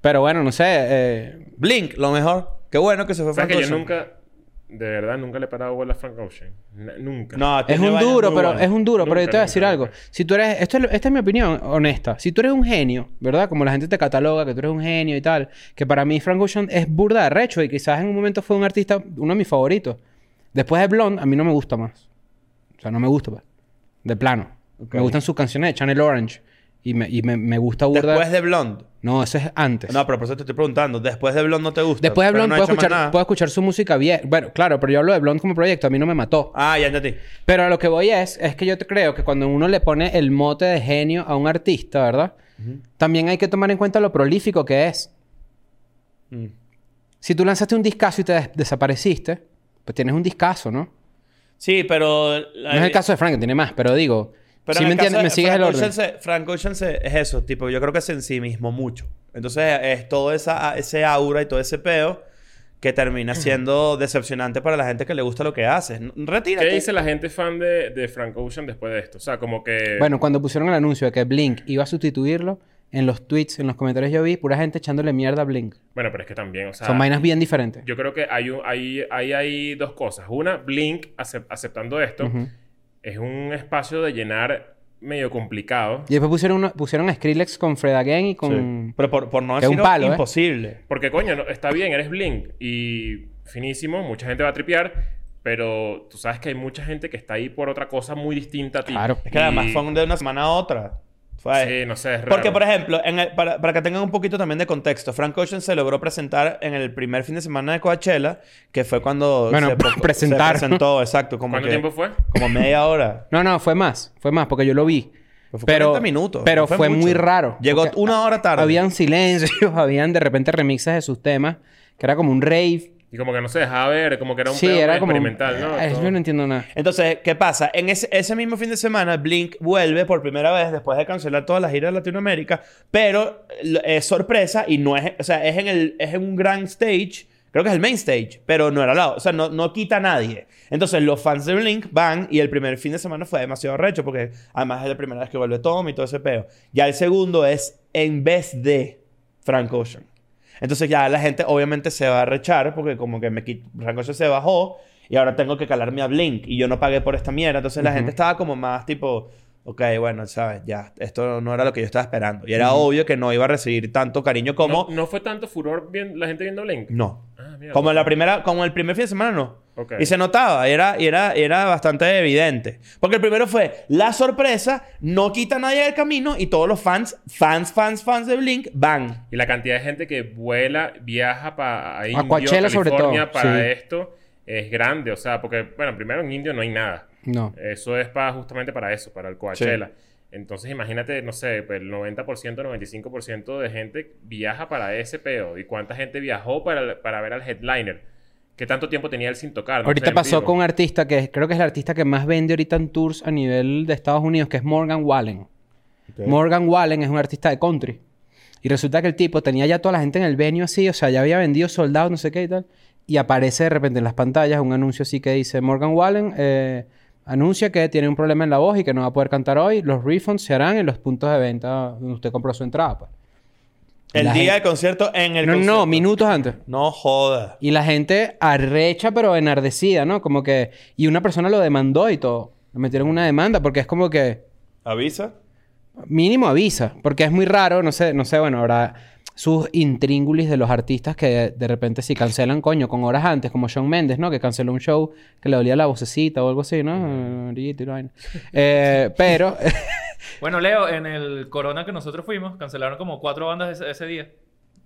Speaker 1: Pero bueno, no sé. eh,
Speaker 3: Blink, lo mejor. Qué bueno que se fue
Speaker 2: O sea,
Speaker 3: Frank
Speaker 2: que yo
Speaker 3: Ocean.
Speaker 2: nunca... De verdad, nunca le he parado bola a Frank Ocean. N- nunca.
Speaker 3: No,
Speaker 1: es
Speaker 3: tiene
Speaker 1: un
Speaker 3: vainas
Speaker 1: duro,
Speaker 3: muy
Speaker 1: pero
Speaker 3: buenas.
Speaker 1: es un duro. pero yo te
Speaker 2: Nunca,
Speaker 1: voy a
Speaker 2: nunca,
Speaker 1: decir
Speaker 2: nunca.
Speaker 1: algo. Si tú eres, esto es lo- esta es mi opinión honesta. Si tú eres un genio, ¿verdad? Como la gente te cataloga que tú eres un genio y tal. Que para mí Frank Ocean es burda de recho y quizás en un momento fue un artista, uno de mis favoritos. Después de Blonde, a mí no me gusta más. O sea, no me gusta, pues. De plano. Me gustan sus canciones de Channel Orange. Y me, y me, me gusta burda.
Speaker 3: Después de Blonde.
Speaker 1: No, eso es antes.
Speaker 3: No, pero por eso te estoy preguntando. Después de Blonde no te gusta.
Speaker 1: Después de
Speaker 3: Pero
Speaker 1: Blonde
Speaker 3: no ha
Speaker 1: puedo,
Speaker 3: hecho más
Speaker 1: escuchar,
Speaker 3: nada.
Speaker 1: puedo escuchar su música bien. Bueno, claro, pero yo hablo de Blonde como proyecto. A mí no me mató.
Speaker 3: Ah, ya entendí.
Speaker 1: Pero a lo que voy es, es que yo te- creo que cuando uno le pone el mote de genio a un artista,
Speaker 3: Mm.
Speaker 1: ¿verdad? También hay que tomar en cuenta lo prolífico que es. Si tú lanzaste un discazo y te des- desapareciste, pues tienes un discazo, ¿no?
Speaker 3: Sí, pero...
Speaker 1: No es el caso de Frank, que tiene más, pero digo...
Speaker 3: Pero
Speaker 1: si
Speaker 3: en
Speaker 1: me
Speaker 3: el caso
Speaker 1: entiendes,
Speaker 3: de
Speaker 1: me sigues el
Speaker 3: Frank
Speaker 1: orden.
Speaker 3: Ocean se- Frank Ocean se- es eso, tipo, yo creo que se en sí mismo mucho. Entonces es todo esa, ese aura y todo ese peo que termina siendo decepcionante para la gente que le gusta lo que haces. Retírate.
Speaker 2: ¿Qué dice la gente fan de, de Frank Ocean después de esto? O sea, como que...
Speaker 1: Bueno, cuando pusieron el anuncio de que Blink iba a sustituirlo, en los tweets, en los comentarios yo vi pura gente echándole mierda a Blink.
Speaker 2: Bueno, pero es que también, o sea...
Speaker 3: Ah,
Speaker 1: Son vainas bien diferentes.
Speaker 2: Yo creo que hay, un- hay, hay, hay dos cosas. Una, Blink, acep- aceptando esto,
Speaker 1: Ujú.
Speaker 2: es un espacio de llenar medio complicado.
Speaker 1: Y después pusieron, uno- pusieron a Skrillex con Fred Again y
Speaker 3: Sí.
Speaker 1: con...
Speaker 3: Pero por, por no
Speaker 1: Que es un
Speaker 3: decir
Speaker 1: palo, ¿eh?
Speaker 3: imposible.
Speaker 2: Porque, coño, no- está bien, eres Blink y finísimo, mucha gente va a tripear, pero tú sabes que hay mucha gente que está ahí por otra cosa muy distinta a ti.
Speaker 1: Claro.
Speaker 3: Es que además
Speaker 2: Y-
Speaker 3: fue de una semana a otra. Fue-
Speaker 2: Sí, no sé, es raro.
Speaker 3: Porque, por ejemplo, en el- para, para que tengan un poquito también de contexto, Frank Ocean se logró presentar en el primer fin de semana de Coachella, que fue cuando
Speaker 1: Bueno,
Speaker 3: se, pro- se
Speaker 1: presentar.
Speaker 3: presentó, exacto. Como
Speaker 2: ¿Cuánto
Speaker 3: que-
Speaker 2: tiempo fue?
Speaker 3: Como media hora.
Speaker 1: No, no, fue más. Fue más, porque yo lo vi.
Speaker 3: Pero fue
Speaker 1: pero
Speaker 3: 40 minutos,
Speaker 1: Pero
Speaker 3: no fue
Speaker 1: fue,
Speaker 3: mucho.
Speaker 1: muy raro.
Speaker 3: Llegó
Speaker 1: porque
Speaker 3: una hora tarde.
Speaker 1: Habían silencios, habían de repente remixes de sus temas, que era como un rave.
Speaker 2: Y como que no se dejaba ver, como que era un
Speaker 1: sí,
Speaker 2: pedo
Speaker 1: era como...
Speaker 2: experimental, ¿no?
Speaker 1: Eh,
Speaker 2: Todo.
Speaker 1: Yo no entiendo nada.
Speaker 3: Entonces, ¿qué pasa? En ese, ese mismo fin de semana, Blink vuelve por primera vez después de cancelar todas las giras de Latinoamérica, pero l- es sorpresa y no es, o sea, es en, el, es en un gran stage, creo que es el main stage, pero no era al lado, o sea, no, no quita a nadie. Entonces, los fans de Blink van y el primer fin de semana fue demasiado recho porque además es la primera vez que vuelve Tom y todo ese peo. Ya el segundo es en vez de Frank Ocean. Entonces ya la gente obviamente se va a rechar porque como que me quit- Frank Ocean se bajó y ahora tengo que calarme a Blink y yo no pagué por esta mierda. Entonces la gente estaba como más tipo, ok, bueno, sabes, ya, esto no era lo que yo estaba esperando. Y era obvio que no iba a recibir tanto cariño como...
Speaker 2: No, no fue tanto furor bien, la gente viendo
Speaker 1: Mm.
Speaker 2: Blink.
Speaker 3: No.
Speaker 2: Ah, mira.
Speaker 3: Como en la primera, como el primer fin de semana no.
Speaker 2: Ok.
Speaker 3: Y se notaba, y era, y era, y era bastante evidente. Porque el primero fue la sorpresa, no quita a nadie del camino y todos los fans, fans, fans, fans de Blink van.
Speaker 2: Y la cantidad de gente que vuela, viaja para Indio,
Speaker 1: Coachella sobre
Speaker 2: California,
Speaker 1: todo,
Speaker 2: para
Speaker 1: sí.
Speaker 2: esto, es grande. O sea, porque, bueno, primero en Indio no hay nada.
Speaker 1: No.
Speaker 2: Eso es para, justamente para eso, para el Coachella. Entonces, imagínate, no sé, pues, el 90%, 95% de gente viaja para ese peo. ¿Y cuánta gente viajó para, para ver al headliner? ¿Qué tanto tiempo tenía él sin tocar? No sé,
Speaker 1: Ahorita
Speaker 2: en
Speaker 1: pasó
Speaker 2: vivo.
Speaker 1: con un artista que es- creo que es el artista que más vende ahorita en tours a nivel de Estados Unidos, que es Morgan Wallen. Morgan Wallen es un artista de country. Y resulta que el tipo tenía ya toda la gente en el venue así, o sea, ya había vendido soldados, no sé qué y tal. Y aparece de repente en las pantallas un anuncio así que dice: Morgan Wallen eh, anuncia que tiene un problema en la voz y que no va a poder cantar hoy. Los refunds se harán en los puntos de venta donde usted compró su entrada. pues".
Speaker 3: El
Speaker 1: La
Speaker 3: día
Speaker 1: gente-
Speaker 3: del concierto en el
Speaker 1: no, no,
Speaker 3: concierto.
Speaker 1: minutos antes.
Speaker 3: No joda.
Speaker 1: Y la gente arrecha, pero enardecida, ¿no? Como que. Y una persona lo demandó y todo. Le metieron una demanda porque es como que.
Speaker 3: Avisa.
Speaker 1: Mínimo avisa. Porque es muy raro, no sé, no sé, bueno, habrá sus intríngulis de los artistas que de repente si cancelan, coño, con horas antes, como Shawn Mendes, ¿no? Que canceló un show que le dolía la vocecita o algo así, ¿no? Eh, pero.
Speaker 4: Bueno, Leo, en el Corona que nosotros fuimos, cancelaron como cuatro bandas ese, ese día.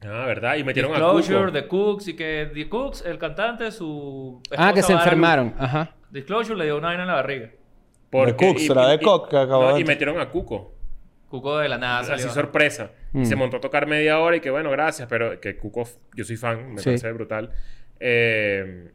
Speaker 2: Ah, ¿verdad? Y metieron a
Speaker 4: Disclosure,
Speaker 2: Cuco.
Speaker 4: The Cooks, y que The Cooks, el cantante, su.
Speaker 1: ah, que
Speaker 4: esposa
Speaker 1: se
Speaker 4: va a dar
Speaker 1: enfermaron. Ajá.
Speaker 4: luz. Disclosure le dio una vaina en la barriga.
Speaker 2: Porque-
Speaker 3: De Cook,
Speaker 2: y-
Speaker 3: será de
Speaker 2: y-
Speaker 3: Cook que acabó
Speaker 2: no,
Speaker 3: de-
Speaker 2: y metieron a Cuco.
Speaker 4: Cuco de la nada
Speaker 2: Así
Speaker 4: salió.
Speaker 2: sorpresa.
Speaker 1: Mm.
Speaker 2: Y se montó a tocar media hora y que bueno, gracias, pero que Cuco, yo soy fan, me
Speaker 1: Sí.
Speaker 2: parece brutal. Eh,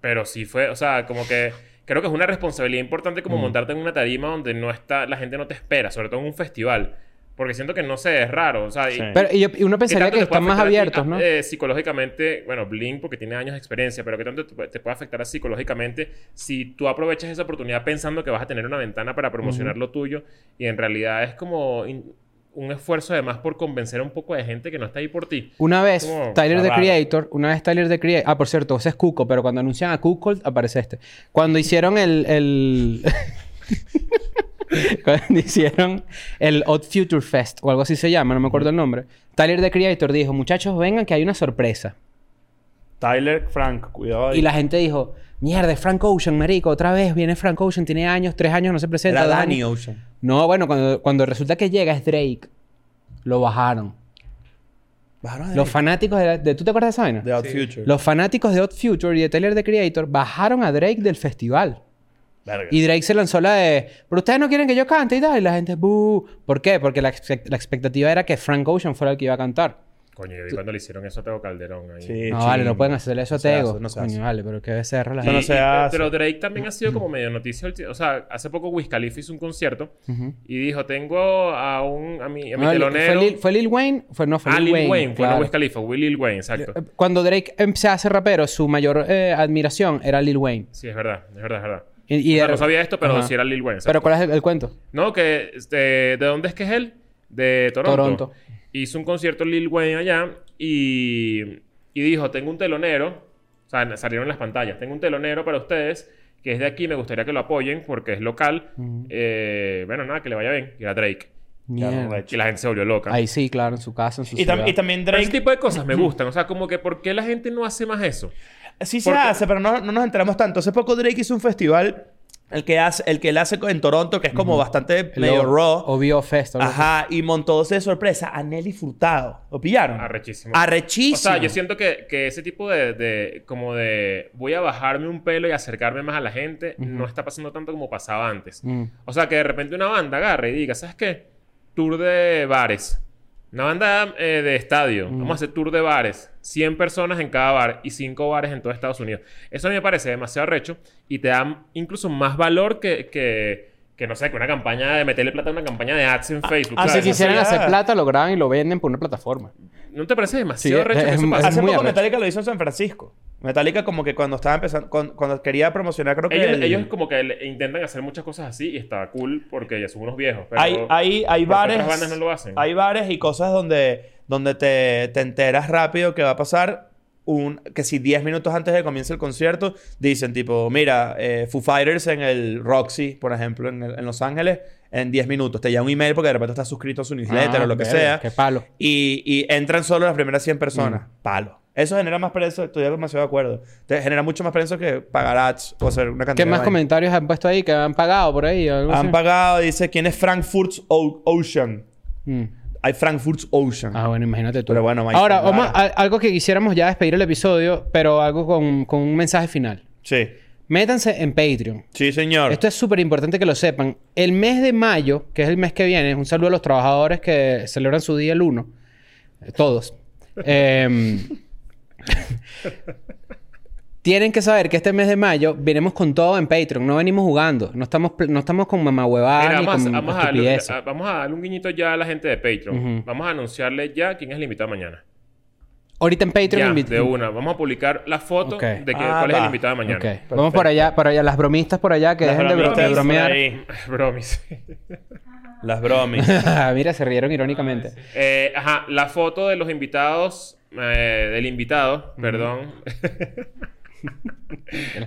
Speaker 2: pero sí fue, o sea, como que creo que es una responsabilidad importante
Speaker 1: Mm.
Speaker 2: como montarte en una tarima donde no está, la gente no te espera, sobre todo en un festival. Porque siento que no sé, es raro. O sea, y-
Speaker 3: Sí.
Speaker 1: Pero y yo- y uno
Speaker 2: ¿qué
Speaker 1: pensaría que
Speaker 2: tanto te puede
Speaker 1: están más
Speaker 2: afectar a ti,
Speaker 1: abiertos, ¿no?
Speaker 2: ah, eh, psicológicamente, bueno, Blink porque tiene años de experiencia, pero ¿qué tanto te, pu- te puede afectar psicológicamente si tú aprovechas esa oportunidad pensando que vas a tener una ventana para promocionar lo tuyo y en realidad es como in- un esfuerzo además por convencer a un poco de gente que no está ahí por ti?
Speaker 1: Una vez
Speaker 2: Como
Speaker 1: Tyler the
Speaker 3: raro.
Speaker 1: Creator, una vez Tyler the Creator, ah, por cierto, ese es Cuco, pero cuando anuncian a Cuco aparece este. Cuando hicieron el, el cuando hicieron el Odd Future Fest o algo así se llama, no me acuerdo el nombre. Tyler the Creator dijo, "Muchachos, vengan que hay una sorpresa."
Speaker 3: Tyler Frank, cuidado ahí.
Speaker 1: Y la gente dijo, "Mierda, es Frank Ocean, marico, otra vez viene Frank Ocean, tiene años, tres años no se presenta."
Speaker 3: Era
Speaker 1: dos
Speaker 3: Danny
Speaker 1: años".
Speaker 3: Ocean.
Speaker 1: No, bueno, cuando, cuando resulta que llega es Drake. Lo bajaron.
Speaker 3: Bajaron
Speaker 1: Los fanáticos de, la- de- ¿tú te acuerdas de esa vaina?
Speaker 3: de Out Future.
Speaker 1: Los fanáticos de Odd Future y de Taylor the Creator bajaron a Drake del festival.
Speaker 3: Verga.
Speaker 1: Y Drake se lanzó la de, pero ustedes no quieren que yo cante y tal. Y la gente, "Bú". ¿Por qué? Porque la, expect- la expectativa era que Frank Ocean fuera el que iba a cantar.
Speaker 2: Coño, yo vi cuando le hicieron eso a Teo Calderón ahí.
Speaker 3: Sí.
Speaker 1: No,
Speaker 3: chimbo.
Speaker 1: vale, no pueden hacerle eso a
Speaker 3: No se
Speaker 1: Tego.
Speaker 3: hace, no se hace.
Speaker 1: Coño, ah, vale, pero qué becerra la
Speaker 3: Eso no
Speaker 1: gente.
Speaker 3: se hace.
Speaker 2: Pero Drake también ha sido como medio noticia. ulti- O sea, hace poco Wiz Khalifa hizo un concierto
Speaker 1: Ujú.
Speaker 2: y dijo, tengo a un a mi, a mi
Speaker 1: No, Lil-
Speaker 2: telonero.
Speaker 1: fue, Lil, fue Lil Wayne, fue, no, fue
Speaker 2: Ah, Lil Wayne. Fue no
Speaker 1: claro.
Speaker 2: Wiz Khalifa, fue Lil Wayne, exacto.
Speaker 1: Eh, Cuando Drake em- se hace rapero, su mayor eh, admiración era Lil Wayne.
Speaker 2: Sí, es verdad, es verdad, es verdad.
Speaker 1: Y, y
Speaker 2: O sea,
Speaker 1: era-
Speaker 2: no sabía esto, pero
Speaker 1: Ajá.
Speaker 2: sí era Lil Wayne. exacto.
Speaker 1: Pero ¿cuál es el, el cuento?
Speaker 2: No, que este, ¿de dónde es que es él? De Toronto.
Speaker 1: Toronto.
Speaker 2: Hizo un concierto Lil Wayne allá y, y dijo, tengo un telonero, o sea, salieron las pantallas, tengo un telonero para ustedes que es de aquí, me gustaría que lo apoyen porque es local. Eh, bueno, nada, que le vaya bien. Y era Drake.
Speaker 1: Mierda.
Speaker 2: Y la gente se volvió loca.
Speaker 1: Ahí sí, claro, en su casa, en su
Speaker 3: Y, tam-
Speaker 1: ciudad.
Speaker 3: y también
Speaker 2: Pero ese
Speaker 3: Drake.
Speaker 2: tipo de cosas me gustan. O sea, como que ¿por qué la gente no hace más eso?
Speaker 3: Sí se
Speaker 2: porque-
Speaker 3: hace, pero no, no nos enteramos tanto. Hace poco Drake hizo un festival, el que, hace, el que él hace en Toronto, que es como bastante
Speaker 1: El Oh,
Speaker 3: medio
Speaker 1: O-
Speaker 3: raw.
Speaker 1: Obvio Fest. algo así.
Speaker 3: Ajá, y montó de sorpresa a Nelly Furtado. ¿Lo pillaron?
Speaker 2: Arrechísimo.
Speaker 3: Arrechísimo.
Speaker 2: O sea, yo siento que, que ese tipo de, de- como de voy a bajarme un pelo y acercarme más a la gente no está pasando tanto como pasaba antes.
Speaker 1: Mm.
Speaker 2: O sea, que de repente una banda agarre y diga, ¿sabes qué? Tour de bares. Una banda eh, de estadio.
Speaker 3: Mm.
Speaker 2: Vamos a hacer tour de bares. 100 personas en cada bar y 5 bares en todo Estados Unidos. Eso a mí me parece demasiado recho y te da incluso más valor que, que, que, no sé, que una campaña de meterle plata a una campaña de ads en Facebook.
Speaker 3: ah, sí,
Speaker 1: Si
Speaker 2: ¿sabes?
Speaker 3: sí, sí.
Speaker 1: quisieran
Speaker 3: Eso ya-
Speaker 1: hacer plata, lo graban y lo venden por una plataforma.
Speaker 2: ¿No te parece demasiado
Speaker 1: Sí,
Speaker 2: recho que
Speaker 1: es-
Speaker 2: eso
Speaker 1: es
Speaker 2: pase?
Speaker 3: Hace
Speaker 1: muy
Speaker 3: poco
Speaker 1: arrecho.
Speaker 3: Metallica lo hizo en San Francisco. Metallica como que cuando estaba empezando, cuan- cuando, quería promocionar, creo que...
Speaker 2: Ellos,
Speaker 3: el-
Speaker 2: ellos como que le- intentan hacer muchas cosas así y está cool porque ya son unos viejos. Pero
Speaker 3: hay, hay, hay
Speaker 2: ¿por qué
Speaker 3: bares...
Speaker 2: otras bandas no lo hacen?
Speaker 3: Hay bares y cosas donde, donde te, te enteras rápido que va a pasar un... Que si 10 minutos antes de que comience el concierto dicen tipo, mira, eh, Foo Fighters en el Roxy, por ejemplo, en, el- en Los Ángeles, en 10 minutos. Te llega un email porque de repente estás suscrito a su newsletter
Speaker 1: Ah,
Speaker 3: o lo que
Speaker 1: verga,
Speaker 3: sea.
Speaker 1: Qué palo.
Speaker 3: y, y entran solo las primeras 100 personas.
Speaker 1: Mm.
Speaker 3: Palo. Eso genera más precio, estoy demasiado de acuerdo. Te genera mucho más precio que pagar ads o hacer una cantidad
Speaker 1: ¿Qué más
Speaker 3: de vainas.
Speaker 1: comentarios han puesto ahí? ¿Que han pagado por ahí? o algo así?
Speaker 3: Han pagado, dice, ¿quién es Frankfurt's O- Ocean?
Speaker 1: Mm.
Speaker 3: Hay Frankfurt's Ocean.
Speaker 1: Ah, bueno, imagínate tú.
Speaker 3: Pero bueno, Mike,
Speaker 1: Ahora,
Speaker 3: claro.
Speaker 1: vamos a- algo que quisiéramos ya despedir el episodio, pero algo con, con un mensaje final.
Speaker 3: Sí.
Speaker 1: Métanse en Patreon.
Speaker 3: Sí, señor.
Speaker 1: Esto es súper importante que lo sepan. El mes de mayo, que es el mes que viene, un saludo a los trabajadores que celebran su día el 1. eh, Todos. Em, tienen que saber que este mes de mayo venimos con todo en Patreon. No venimos jugando. No estamos, pl- no estamos con
Speaker 2: Mira,
Speaker 1: mamahuevadas ni
Speaker 2: vamos, a-
Speaker 1: con
Speaker 2: vamos a darle,
Speaker 1: estupideces.
Speaker 2: a- vamos a darle un guiñito ya a la gente de Patreon.
Speaker 1: Ujú.
Speaker 2: Vamos a anunciarle ya quién es el invitado mañana.
Speaker 1: Ahorita en Patreon...
Speaker 2: Ya,
Speaker 1: invi-
Speaker 2: de una. Vamos a publicar la foto
Speaker 1: Ok.
Speaker 2: de que-
Speaker 3: Ah,
Speaker 2: cuál es
Speaker 3: va.
Speaker 2: el invitado mañana.
Speaker 1: Ok. Vamos por allá, para allá. Las bromistas por allá que
Speaker 3: Las
Speaker 1: dejen de, bro- de
Speaker 3: bromistas
Speaker 1: bromear.
Speaker 3: por ahí.
Speaker 2: Bromis.
Speaker 3: Las bromis.
Speaker 1: Mira, se rieron irónicamente.
Speaker 2: Eh, ajá, la foto de los invitados, eh, del invitado, perdón.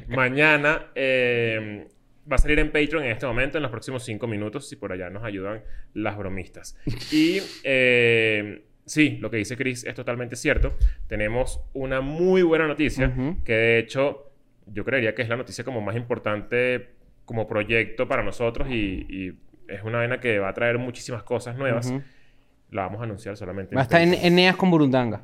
Speaker 2: Mañana eh, va a salir en Patreon en este momento, en los próximos cinco minutos, si por allá nos ayudan las bromistas. Y eh, sí, lo que dice Chris es totalmente cierto. Tenemos una muy buena noticia,
Speaker 1: Ujú.
Speaker 2: que de hecho yo creería que es la noticia como más importante como proyecto para nosotros y, y es una vena que va a traer muchísimas cosas nuevas.
Speaker 1: Ujú.
Speaker 2: La vamos a anunciar solamente.
Speaker 1: Va a estar en
Speaker 2: Patreon.
Speaker 1: Eneas con Burundanga.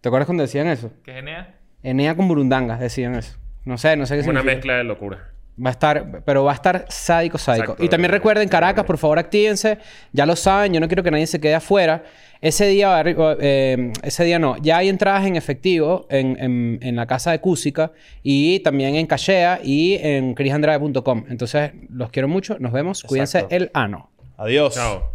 Speaker 1: ¿Te acuerdas cuando decían eso?
Speaker 4: ¿Qué genea?
Speaker 1: Enea con Burundanga, decían eso. No sé, no sé qué
Speaker 2: Como una
Speaker 1: significa.
Speaker 2: mezcla de locura.
Speaker 1: Va a estar, pero va a estar sádico, sádico.
Speaker 2: Exacto.
Speaker 1: Y también recuerden, Caracas, por favor, actívense. Ya lo saben, yo no quiero que nadie se quede afuera. Ese día, va a haber- eh, ese día no, ya hay entradas en efectivo en, en- en la casa de Cusica y también en Cachea y en chrisandrade.com. Entonces, los quiero mucho, nos vemos, cuídense el ano.
Speaker 3: Adiós.
Speaker 2: Chao.